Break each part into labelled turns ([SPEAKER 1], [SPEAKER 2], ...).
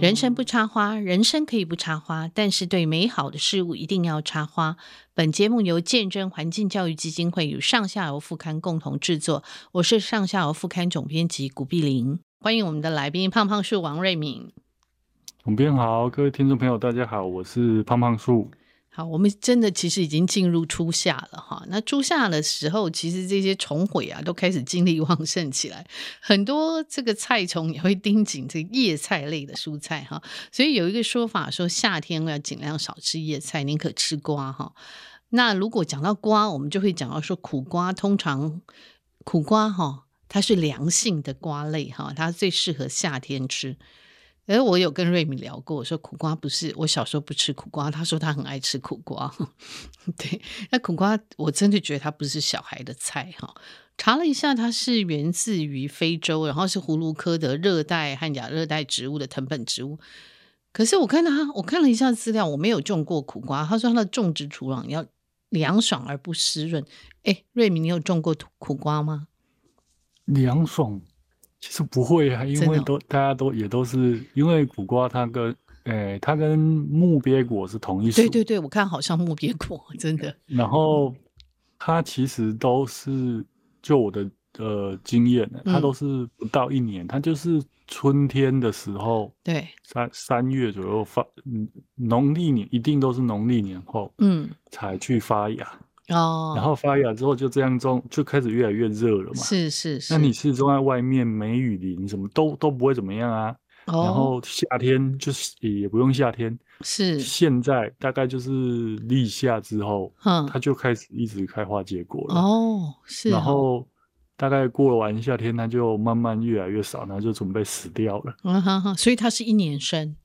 [SPEAKER 1] 人生不插花，人生可以不插花，但是对美好的事物一定要插花。本节目由见证环境教育基金会与上下游副刊共同制作，我是上下游副刊总编辑古碧玲。欢迎我们的来宾胖胖树王瑞敏。
[SPEAKER 2] 总编好，各位听众朋友，大家好，我是胖胖树。
[SPEAKER 1] 好，我们真的其实已经进入初夏了哈。那初夏的时候，其实这些虫毁啊都开始精力旺盛起来，很多这个菜虫也会盯紧这个叶菜类的蔬菜哈。所以有一个说法说，夏天要尽量少吃叶菜，宁可吃瓜哈。那如果讲到瓜，我们就会讲到说苦瓜，通常苦瓜哈，它是凉性的瓜类哈，它最适合夏天吃。而我有跟瑞敏聊过，我说苦瓜不是我小时候不吃苦瓜，他说他很爱吃苦瓜。 对，那苦瓜我真的觉得它不是小孩的菜哈。查了一下，它是源自于非洲，然后是葫芦科的热带和亚热带植物的藤本植物。可是我看它，我看了一下资料，我没有种过苦瓜。他说它的种植土壤要凉爽而不湿润。哎，瑞敏，你有种过土苦瓜吗？
[SPEAKER 2] 凉爽，其实不会啊，因
[SPEAKER 1] 真的
[SPEAKER 2] 为
[SPEAKER 1] 哦
[SPEAKER 2] 都大家都也都是因为苦瓜它跟诶、它跟木鳖果是同一属，
[SPEAKER 1] 对 对对，我看好像木鳖果，真的。
[SPEAKER 2] 然后它其实都是就我的呃经验呢，它
[SPEAKER 1] 嗯
[SPEAKER 2] 都是不到一年，它就是春天的时候
[SPEAKER 1] 对，
[SPEAKER 2] 三三月左右发，嗯农历年一定都是农历年后
[SPEAKER 1] 嗯，
[SPEAKER 2] 才去发芽，
[SPEAKER 1] 哦，
[SPEAKER 2] 然后发芽之后就这样种，就开始越来越热了嘛。
[SPEAKER 1] 是是是，
[SPEAKER 2] 那你是种在外面没雨淋，什么都都不会怎么样啊。
[SPEAKER 1] 哦，
[SPEAKER 2] 然后夏天就是也不用夏天，
[SPEAKER 1] 是，
[SPEAKER 2] 现在大概就是立夏之后，
[SPEAKER 1] 嗯，
[SPEAKER 2] 它就开始一直开花结果了。
[SPEAKER 1] 哦，是哦，
[SPEAKER 2] 然后大概过完夏天，它就慢慢越来越少，然后就准备死掉了。
[SPEAKER 1] 嗯哼哼，所以它是一年生，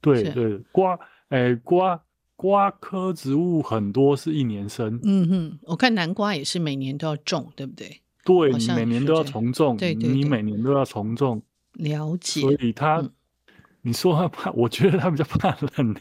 [SPEAKER 2] 对
[SPEAKER 1] 是
[SPEAKER 2] 对，瓜，哎，瓜瓜科植物很多是一年生，
[SPEAKER 1] 嗯哼，我看南瓜也是每年都要种，对不对？
[SPEAKER 2] 对
[SPEAKER 1] 好
[SPEAKER 2] 你
[SPEAKER 1] 像
[SPEAKER 2] 每年
[SPEAKER 1] 是
[SPEAKER 2] 都要
[SPEAKER 1] 这样
[SPEAKER 2] 重种，
[SPEAKER 1] 对对
[SPEAKER 2] 你
[SPEAKER 1] 对
[SPEAKER 2] 每年都要重种，
[SPEAKER 1] 了解
[SPEAKER 2] 所，以它，
[SPEAKER 1] 嗯
[SPEAKER 2] 你说它怕， 我觉得它比较怕冷呢、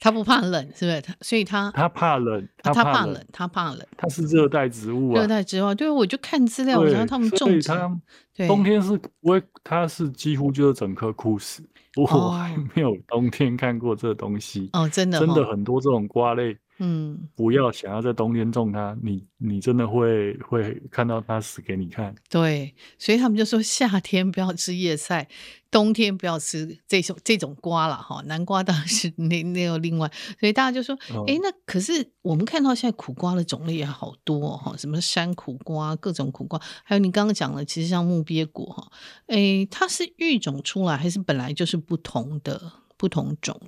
[SPEAKER 1] 它不怕冷，是不是？它所以它
[SPEAKER 2] 它怕冷，
[SPEAKER 1] 啊它
[SPEAKER 2] 怕
[SPEAKER 1] 冷，，它怕冷。
[SPEAKER 2] 它是热带植物啊
[SPEAKER 1] 热，带植物，对，我就看资料，我知道
[SPEAKER 2] 对，
[SPEAKER 1] 他们
[SPEAKER 2] 所
[SPEAKER 1] 种
[SPEAKER 2] 以
[SPEAKER 1] 植，
[SPEAKER 2] 它
[SPEAKER 1] 对，
[SPEAKER 2] 冬天是不会，它是几乎就是整棵枯死，我
[SPEAKER 1] 哦
[SPEAKER 2] 还没有冬天看过这东西，
[SPEAKER 1] 哦，真的、哦，
[SPEAKER 2] 真的，很多这种瓜类。
[SPEAKER 1] 嗯，
[SPEAKER 2] 不要想要在冬天种它，你你真的会会看到它死给你看。
[SPEAKER 1] 对，所以他们就说夏天不要吃叶菜，冬天不要吃这种这种瓜了哈。南瓜当然是那那有另外，所以大家就说，
[SPEAKER 2] 哦
[SPEAKER 1] 哎、那可是我们看到现在苦瓜的种类也好多哈、什么山苦瓜、各种苦瓜，还有你刚刚讲的，其实像木鳖果哈，哎，它是育种出来还是本来就是不同的不同种？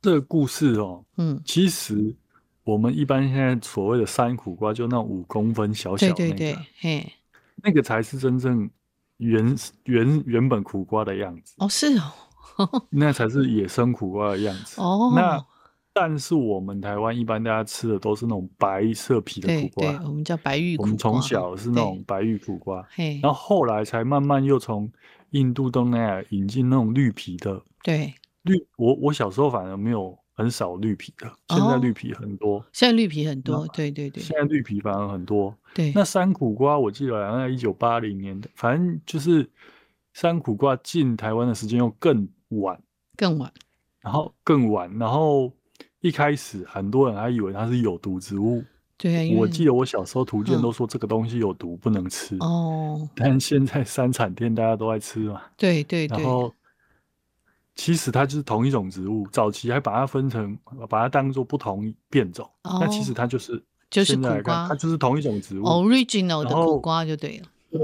[SPEAKER 2] 这个故事哦，
[SPEAKER 1] 嗯，
[SPEAKER 2] 其实我们一般现在所谓的山苦瓜，就那种五公分小
[SPEAKER 1] 对
[SPEAKER 2] 小的那
[SPEAKER 1] 对
[SPEAKER 2] 个，
[SPEAKER 1] 对，嘿，
[SPEAKER 2] 那个才是真正原原原本苦瓜的样子，
[SPEAKER 1] 哦是哦，
[SPEAKER 2] 那才是野生苦瓜的样子。
[SPEAKER 1] 哦，
[SPEAKER 2] 那但是我们台湾一般大家吃的都是那种白色皮的苦
[SPEAKER 1] 对对，
[SPEAKER 2] 瓜，
[SPEAKER 1] 我们叫白玉苦
[SPEAKER 2] 我
[SPEAKER 1] 瓜，
[SPEAKER 2] 们从小是那
[SPEAKER 1] 对
[SPEAKER 2] 种白玉苦瓜，
[SPEAKER 1] 嘿，
[SPEAKER 2] 然后后来才慢慢又从印度、东南亚引进那种绿皮的。
[SPEAKER 1] 对，
[SPEAKER 2] 绿，我我小时候反而没有很少绿皮的，现在绿皮很多，
[SPEAKER 1] 现在绿皮很
[SPEAKER 2] 那
[SPEAKER 1] 多，对哦对对
[SPEAKER 2] 现在绿皮反而很多。
[SPEAKER 1] 对，
[SPEAKER 2] 那山苦瓜我记得好像在一九八零年代，反正就是山苦瓜进台湾的时间又更晚，
[SPEAKER 1] 更晚。
[SPEAKER 2] 然后更晚，然后一开始很多人还以为它是有毒植物，
[SPEAKER 1] 对啊，因
[SPEAKER 2] 我
[SPEAKER 1] 为
[SPEAKER 2] 记得我小时候图鉴
[SPEAKER 1] 嗯
[SPEAKER 2] 都说这个东西有毒不能吃，
[SPEAKER 1] 哦，
[SPEAKER 2] 但现在山产店大家都在吃嘛。
[SPEAKER 1] 对对
[SPEAKER 2] 然
[SPEAKER 1] 对，
[SPEAKER 2] 后其实它就是同一种植物，早期还把它分成，把它当做不同变种。那其
[SPEAKER 1] 哦
[SPEAKER 2] 实它就是
[SPEAKER 1] 就是
[SPEAKER 2] 现在来
[SPEAKER 1] 苦
[SPEAKER 2] 看
[SPEAKER 1] 瓜
[SPEAKER 2] 它就是同一种植物。
[SPEAKER 1] 哦，original 的
[SPEAKER 2] 然
[SPEAKER 1] 苦
[SPEAKER 2] 后
[SPEAKER 1] 瓜就对了，
[SPEAKER 2] 对，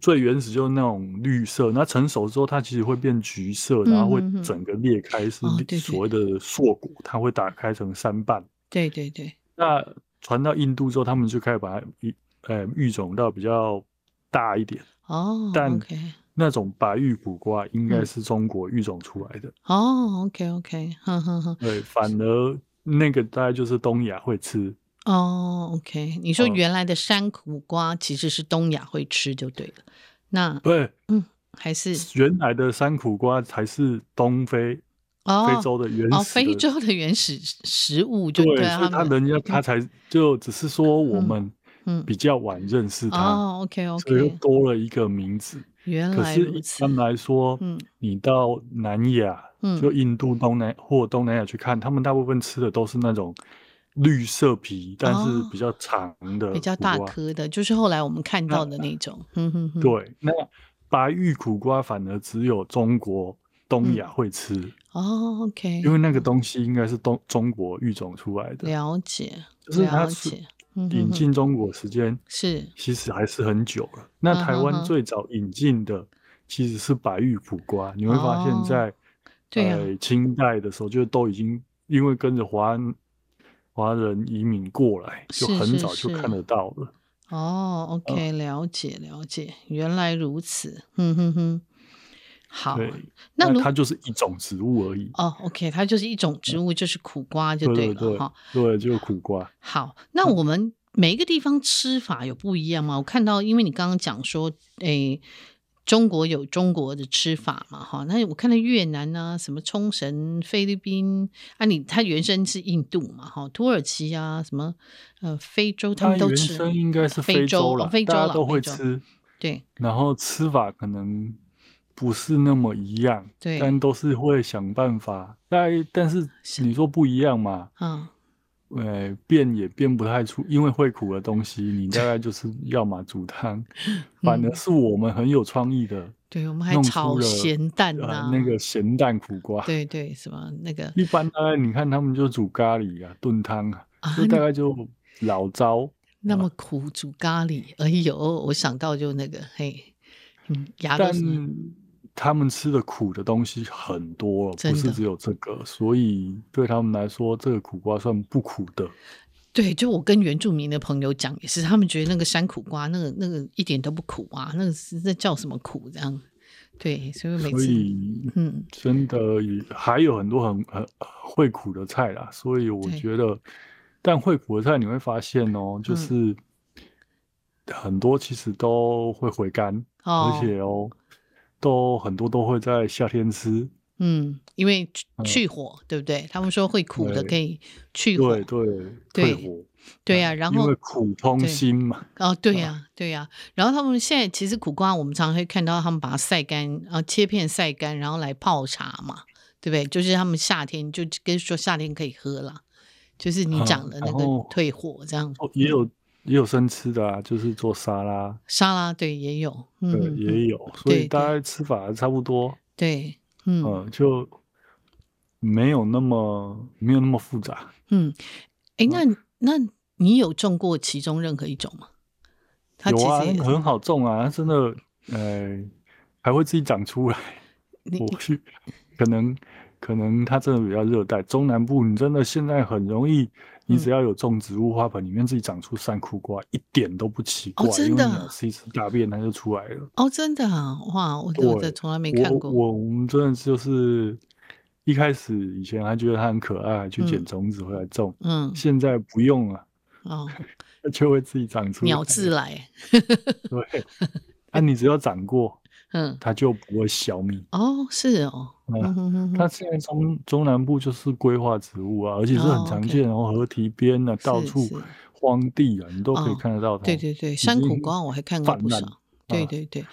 [SPEAKER 2] 最原始就是那种绿色，那成熟之后它其实会变橘色，然后
[SPEAKER 1] 嗯嗯嗯
[SPEAKER 2] 会整个裂开，是
[SPEAKER 1] 哦对
[SPEAKER 2] 裂
[SPEAKER 1] 对
[SPEAKER 2] 所谓的硕果，它会打开成三瓣。
[SPEAKER 1] 对对对，
[SPEAKER 2] 那传到印度之后，他们就开始把它育，呃，育种到比较大一点。
[SPEAKER 1] 哦
[SPEAKER 2] 但
[SPEAKER 1] ，OK，
[SPEAKER 2] 那种白玉苦瓜应
[SPEAKER 1] 嗯
[SPEAKER 2] 该是中国育种出来的。
[SPEAKER 1] 哦，OK OK，哼哼哼，
[SPEAKER 2] 对，反而那个大概就是东亚会吃，
[SPEAKER 1] 哦，OK，你说
[SPEAKER 2] 嗯
[SPEAKER 1] 原来的山苦瓜其实是东亚会吃就对了，那
[SPEAKER 2] 不是
[SPEAKER 1] 还是
[SPEAKER 2] 原来的山苦瓜才是东非、
[SPEAKER 1] 哦
[SPEAKER 2] 非洲的原始的
[SPEAKER 1] 哦非洲的原始食食物就
[SPEAKER 2] 对，所
[SPEAKER 1] 啊
[SPEAKER 2] 以
[SPEAKER 1] 他
[SPEAKER 2] 他
[SPEAKER 1] 们
[SPEAKER 2] 人家他才就只是说我
[SPEAKER 1] 嗯
[SPEAKER 2] 们
[SPEAKER 1] 嗯
[SPEAKER 2] 比较晚认识它，
[SPEAKER 1] 哦，OK
[SPEAKER 2] 所以又
[SPEAKER 1] OK，
[SPEAKER 2] 多了一个名字。
[SPEAKER 1] 原
[SPEAKER 2] 可
[SPEAKER 1] 来
[SPEAKER 2] 是一
[SPEAKER 1] 如此
[SPEAKER 2] 般，来说，
[SPEAKER 1] 嗯
[SPEAKER 2] 你到南亚，
[SPEAKER 1] 嗯
[SPEAKER 2] 就印度东南或东南亚去看，他们大部分吃的都是那种绿色皮，但是
[SPEAKER 1] 哦
[SPEAKER 2] 比较长的
[SPEAKER 1] 比较
[SPEAKER 2] 苦
[SPEAKER 1] 大
[SPEAKER 2] 瓜
[SPEAKER 1] 颗的，就是后来我们看
[SPEAKER 2] 那
[SPEAKER 1] 到的那种，嗯哼哼，
[SPEAKER 2] 对，那白玉苦瓜反而只有中国东
[SPEAKER 1] 嗯
[SPEAKER 2] 亚会吃，
[SPEAKER 1] 哦，OK，
[SPEAKER 2] 因为那个东西应该是东中国育种出来的，
[SPEAKER 1] 了解，
[SPEAKER 2] 就是它
[SPEAKER 1] 了
[SPEAKER 2] 是
[SPEAKER 1] 解，嗯哼
[SPEAKER 2] 引
[SPEAKER 1] 哼
[SPEAKER 2] 进中国时间
[SPEAKER 1] 是
[SPEAKER 2] 其实还是很久了。那
[SPEAKER 1] 嗯
[SPEAKER 2] 台
[SPEAKER 1] 哼
[SPEAKER 2] 湾
[SPEAKER 1] 哼
[SPEAKER 2] 最早引进的其实是白玉苦瓜，你会发现
[SPEAKER 1] 哦
[SPEAKER 2] 在、
[SPEAKER 1] 对啊
[SPEAKER 2] 呃清代的时候，就都已经因为跟着华安华人移民过来，就是很
[SPEAKER 1] 是
[SPEAKER 2] 早就是看得到了。
[SPEAKER 1] 哦，OK，了
[SPEAKER 2] 呃
[SPEAKER 1] 解了解，原来如此，嗯哼哼，好，
[SPEAKER 2] 对，
[SPEAKER 1] 那如
[SPEAKER 2] 它就是一种植物而已。
[SPEAKER 1] 哦，OK，它就是一种植物，就是苦瓜就
[SPEAKER 2] 对
[SPEAKER 1] 对
[SPEAKER 2] 对
[SPEAKER 1] 了
[SPEAKER 2] 对
[SPEAKER 1] 哈。
[SPEAKER 2] 对，就是苦瓜。
[SPEAKER 1] 好，那我们每一个地方吃法有不一样吗？我看到，因为你刚刚讲说，诶，中国有中国的吃法嘛，哈，那我看到越南啊，什么冲绳、菲律宾啊你，它原生是印度嘛，哈，土耳其啊，什么呃非洲，他们
[SPEAKER 2] 它
[SPEAKER 1] 都
[SPEAKER 2] 原
[SPEAKER 1] 吃，
[SPEAKER 2] 生应该是
[SPEAKER 1] 非
[SPEAKER 2] 洲
[SPEAKER 1] 洲
[SPEAKER 2] 了，
[SPEAKER 1] 哦非洲
[SPEAKER 2] 大
[SPEAKER 1] 啦
[SPEAKER 2] 家都
[SPEAKER 1] 非
[SPEAKER 2] 会
[SPEAKER 1] 洲
[SPEAKER 2] 吃，
[SPEAKER 1] 对，
[SPEAKER 2] 然后吃法可能不是那么一样，
[SPEAKER 1] 对
[SPEAKER 2] 但都是会想办法。但但是
[SPEAKER 1] 是
[SPEAKER 2] 你说不一样嘛，
[SPEAKER 1] 啊，
[SPEAKER 2] 呃，变也变不太出，因为会苦的东西，你大概就是要么煮 汤，反而
[SPEAKER 1] 嗯
[SPEAKER 2] 是我们很有创意的，
[SPEAKER 1] 对，我们还
[SPEAKER 2] 弄出
[SPEAKER 1] 炒
[SPEAKER 2] 了
[SPEAKER 1] 咸蛋呐、
[SPEAKER 2] 呃，那个咸蛋苦瓜。
[SPEAKER 1] 啊对对，什么那个
[SPEAKER 2] 一般大概你看他们就煮咖喱啊、炖汤啊，
[SPEAKER 1] 啊，
[SPEAKER 2] 就大概就老招。
[SPEAKER 1] 那么苦煮咖喱，哎呦，我想到就那个，嘿，嗯，牙都
[SPEAKER 2] 但
[SPEAKER 1] 是
[SPEAKER 2] 他们吃的苦的东西很多，
[SPEAKER 1] 真
[SPEAKER 2] 不
[SPEAKER 1] 的
[SPEAKER 2] 是只有这个，所以对他们来说，这个苦瓜算不苦的。
[SPEAKER 1] 对，就我跟原住民的朋友讲，也是他们觉得那个山苦瓜，那个那个一点都不苦啊，那个是那叫什么苦这样？对，所以我每
[SPEAKER 2] 所
[SPEAKER 1] 次
[SPEAKER 2] 以
[SPEAKER 1] 嗯，
[SPEAKER 2] 真的也还有很多很很会苦的菜啦，所以我
[SPEAKER 1] 对
[SPEAKER 2] 觉得，但会苦的菜你会发现哦，就
[SPEAKER 1] 嗯
[SPEAKER 2] 是很多其实都会回甘，
[SPEAKER 1] 哦
[SPEAKER 2] 而，且哦，都很多都会在夏天吃。
[SPEAKER 1] 嗯，因为去
[SPEAKER 2] 嗯
[SPEAKER 1] 去火，对不对？他们说会苦的
[SPEAKER 2] 对
[SPEAKER 1] 可以去火
[SPEAKER 2] 对，对，
[SPEAKER 1] 对
[SPEAKER 2] 退火。
[SPEAKER 1] 对呀、
[SPEAKER 2] 嗯
[SPEAKER 1] 然
[SPEAKER 2] 因
[SPEAKER 1] 后
[SPEAKER 2] 为嗯苦通
[SPEAKER 1] 对
[SPEAKER 2] 心嘛，
[SPEAKER 1] 哦，对呀、对呀、然后他们现在其实苦瓜，我们常常会看到他们把它晒干，然后切片晒干，然后来泡茶嘛，对不对？就是他们夏天就跟说夏天可以喝啦，就是你讲
[SPEAKER 2] 嗯
[SPEAKER 1] 的
[SPEAKER 2] 然
[SPEAKER 1] 那
[SPEAKER 2] 后
[SPEAKER 1] 个退火这样。
[SPEAKER 2] 哦，也有也有生吃的啊，就是做沙拉，
[SPEAKER 1] 沙拉对也有，
[SPEAKER 2] 对，
[SPEAKER 1] 嗯，嗯
[SPEAKER 2] 也有，所
[SPEAKER 1] 对
[SPEAKER 2] 以大概吃法差不多，
[SPEAKER 1] 对，嗯
[SPEAKER 2] 嗯，就没有那么没有那么复杂。
[SPEAKER 1] 嗯，哎、那
[SPEAKER 2] 嗯
[SPEAKER 1] 那你有种过其中任何一种吗？它其
[SPEAKER 2] 有啊，
[SPEAKER 1] 实也
[SPEAKER 2] 那个
[SPEAKER 1] 是
[SPEAKER 2] 很好种啊，它真的，呃，还会自己长出来。
[SPEAKER 1] 你
[SPEAKER 2] 我去，可能可能它真的比较热带，中南部你真的现在很容易，
[SPEAKER 1] 嗯
[SPEAKER 2] 你只要有种植物花盆里面自己长出山苦瓜，一点都不奇
[SPEAKER 1] 哦
[SPEAKER 2] 怪，
[SPEAKER 1] 真
[SPEAKER 2] 因为
[SPEAKER 1] 的
[SPEAKER 2] 你
[SPEAKER 1] 啊
[SPEAKER 2] 吃一次大便它就出来了。
[SPEAKER 1] 哦，真的啊，哇，我我这
[SPEAKER 2] 对
[SPEAKER 1] 从来没看
[SPEAKER 2] 我
[SPEAKER 1] 过，
[SPEAKER 2] 我我们真的就是一开始以前还觉得它很可爱，去捡
[SPEAKER 1] 嗯
[SPEAKER 2] 种子回来种，
[SPEAKER 1] 嗯，
[SPEAKER 2] 现在不用了，
[SPEAKER 1] 哦，
[SPEAKER 2] 它就会自己长出来。
[SPEAKER 1] 鸟自来，
[SPEAKER 2] 对， 啊，你只要长过，
[SPEAKER 1] 嗯，
[SPEAKER 2] 它就不会消灭。
[SPEAKER 1] 哦，是哦，
[SPEAKER 2] 嗯
[SPEAKER 1] 嗯哼哼
[SPEAKER 2] 它
[SPEAKER 1] 哼，
[SPEAKER 2] 现在中中南部就是规划植物啊，而且是
[SPEAKER 1] 哦
[SPEAKER 2] 很
[SPEAKER 1] ，OK
[SPEAKER 2] 常见哦，河堤边啊，到
[SPEAKER 1] 是
[SPEAKER 2] 处
[SPEAKER 1] 是
[SPEAKER 2] 荒地啊，你都可以
[SPEAKER 1] 哦
[SPEAKER 2] 看得到它。嗯
[SPEAKER 1] 对对对，山苦
[SPEAKER 2] 经
[SPEAKER 1] 瓜我还看过
[SPEAKER 2] 泛
[SPEAKER 1] 不
[SPEAKER 2] 滥
[SPEAKER 1] 少。对
[SPEAKER 2] 啊
[SPEAKER 1] 对对，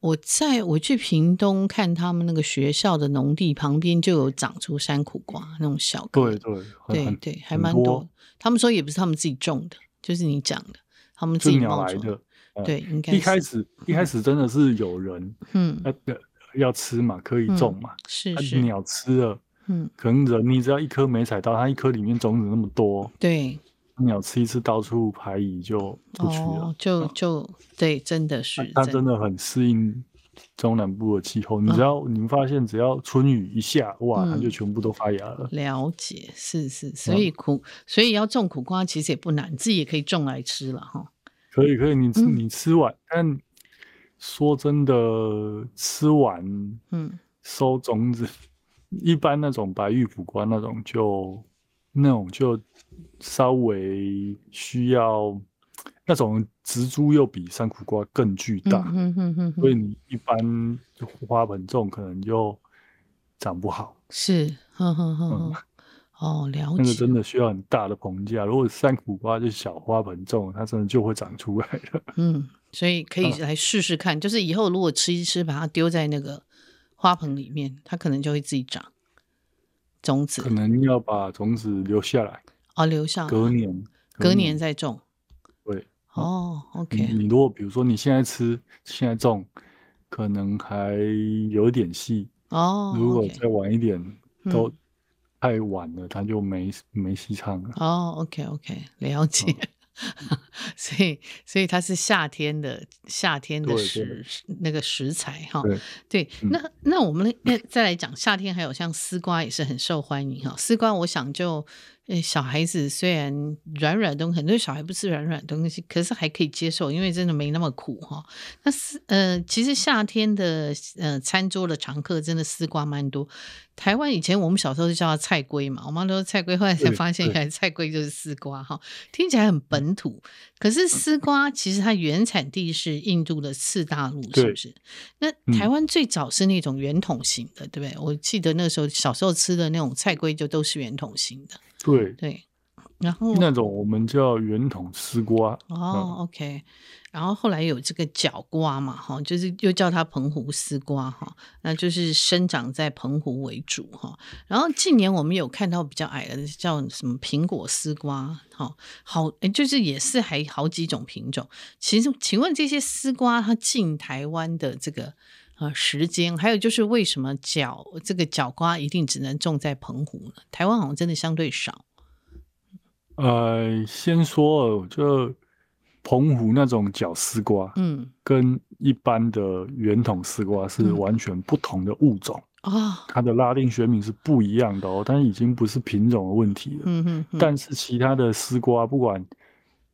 [SPEAKER 1] 我在我去屏东看他们那个学校的农地旁边就有长出山苦瓜那种小颗
[SPEAKER 2] 对
[SPEAKER 1] 的，
[SPEAKER 2] 对，很
[SPEAKER 1] 对
[SPEAKER 2] 很
[SPEAKER 1] 对，还
[SPEAKER 2] 很
[SPEAKER 1] 蛮
[SPEAKER 2] 多
[SPEAKER 1] 多的。他们说也不是他们自己种的，就是你讲的，他们自
[SPEAKER 2] 就
[SPEAKER 1] 己
[SPEAKER 2] 鸟
[SPEAKER 1] 冒
[SPEAKER 2] 来
[SPEAKER 1] 出
[SPEAKER 2] 的。。嗯
[SPEAKER 1] 对，应该
[SPEAKER 2] 一开
[SPEAKER 1] 是，
[SPEAKER 2] 始一开始真的是有人
[SPEAKER 1] 嗯，
[SPEAKER 2] 那个要吃嘛，可以
[SPEAKER 1] 嗯
[SPEAKER 2] 种嘛，
[SPEAKER 1] 是
[SPEAKER 2] 啊
[SPEAKER 1] 是，
[SPEAKER 2] 鸟吃了，
[SPEAKER 1] 嗯，
[SPEAKER 2] 可能人你只要一颗没采到，它一颗里面种子那么多，
[SPEAKER 1] 对，
[SPEAKER 2] 鸟吃一次到处排移就不去了
[SPEAKER 1] 哦。，就就对，真的
[SPEAKER 2] 它
[SPEAKER 1] 是
[SPEAKER 2] 它
[SPEAKER 1] 真
[SPEAKER 2] 真的很适应中南部的气候。你只要你发现，只要春雨一下，哇，它就
[SPEAKER 1] 嗯
[SPEAKER 2] 全部都发芽了。
[SPEAKER 1] 了解，是是，所
[SPEAKER 2] 嗯
[SPEAKER 1] 以苦，所以要种苦瓜其实也不难，自己也可以种来吃了哈。
[SPEAKER 2] 可以可以，你吃
[SPEAKER 1] 嗯
[SPEAKER 2] 你吃完，但说真的，吃完
[SPEAKER 1] 嗯，
[SPEAKER 2] 收种子，一般那种白玉苦瓜那种就那种就稍微需要那种植株又比山苦瓜更巨大，
[SPEAKER 1] 嗯嗯嗯
[SPEAKER 2] 啊所以你一般就花盆种可能就长不好。
[SPEAKER 1] 是，哼哼哼
[SPEAKER 2] 嗯
[SPEAKER 1] 哼，哦，了
[SPEAKER 2] 那个
[SPEAKER 1] 解。
[SPEAKER 2] 真的需要很大的棚架。如果山苦瓜就是小花盆种，它真的就会长出来了。
[SPEAKER 1] 嗯，所以可以
[SPEAKER 2] 嗯
[SPEAKER 1] 来试试看，就是以后如果吃一吃，把它丢在那个花盆里面，它可能就会自己长种子
[SPEAKER 2] 可，能要把种子留下来，
[SPEAKER 1] 哦，留下
[SPEAKER 2] 隔年嗯
[SPEAKER 1] 隔年再种。
[SPEAKER 2] 对。
[SPEAKER 1] 哦
[SPEAKER 2] 你
[SPEAKER 1] ，OK，
[SPEAKER 2] 你如果比如说你现在吃，现在种，可能还有一点戏。
[SPEAKER 1] 哦
[SPEAKER 2] 如果
[SPEAKER 1] ，OK，
[SPEAKER 2] 再晚一点，
[SPEAKER 1] 嗯
[SPEAKER 2] 都太晚了，它就没没戏唱了。嗯
[SPEAKER 1] 哦，OK，OK，了解。 所以，所以它是夏天的夏天的
[SPEAKER 2] 对对
[SPEAKER 1] 食那个食材哈。
[SPEAKER 2] 对
[SPEAKER 1] 对，
[SPEAKER 2] 嗯
[SPEAKER 1] 那那我们那再来讲夏天，还有像丝瓜也是很受欢迎哈。丝瓜我想就，呃，小孩子虽然软软的东西，很多小孩不吃软软的东西，可是还可以接受，因为真的没那么苦哈。那丝呃，其实夏天的呃餐桌的常客真的丝瓜蛮多。台湾以前我们小时候就叫它菜龟嘛，我妈都说菜龟，后来才
[SPEAKER 2] 对
[SPEAKER 1] 发现
[SPEAKER 2] 对
[SPEAKER 1] 原来菜龟就是丝瓜哈，听起来很本土。可是丝瓜其实它原产地是印度的次大陆，是不
[SPEAKER 2] 对
[SPEAKER 1] 是？那
[SPEAKER 2] 嗯
[SPEAKER 1] 台湾最早是那种圆筒型的，对不对？我记得那时候小时候吃的那种菜龟就都是圆筒型的，
[SPEAKER 2] 对，
[SPEAKER 1] 对。然后
[SPEAKER 2] 那种我们叫圆筒丝瓜，
[SPEAKER 1] 哦、o k 然后后来有这个角瓜嘛，哈，就是又叫它澎湖丝瓜哈，那就是生长在澎湖为主哈。然后近年我们有看到比较矮的叫什么苹果丝瓜，哈，好，诶就是也是还好几种品种。其实，请问这些丝瓜它进台湾的这个呃时间，还有就是为什么角这个角瓜一定只能种在澎湖呢？台湾好像真的相对少
[SPEAKER 2] 呃，先说哦就澎湖那种绞丝瓜，
[SPEAKER 1] 嗯
[SPEAKER 2] 跟一般的圆筒丝瓜是
[SPEAKER 1] 嗯
[SPEAKER 2] 完全不同的物种，
[SPEAKER 1] 啊，
[SPEAKER 2] 它的拉丁学名是不一样的哦，但已经不是品种的问题了。
[SPEAKER 1] 嗯嗯嗯，
[SPEAKER 2] 但是其他的丝瓜，不管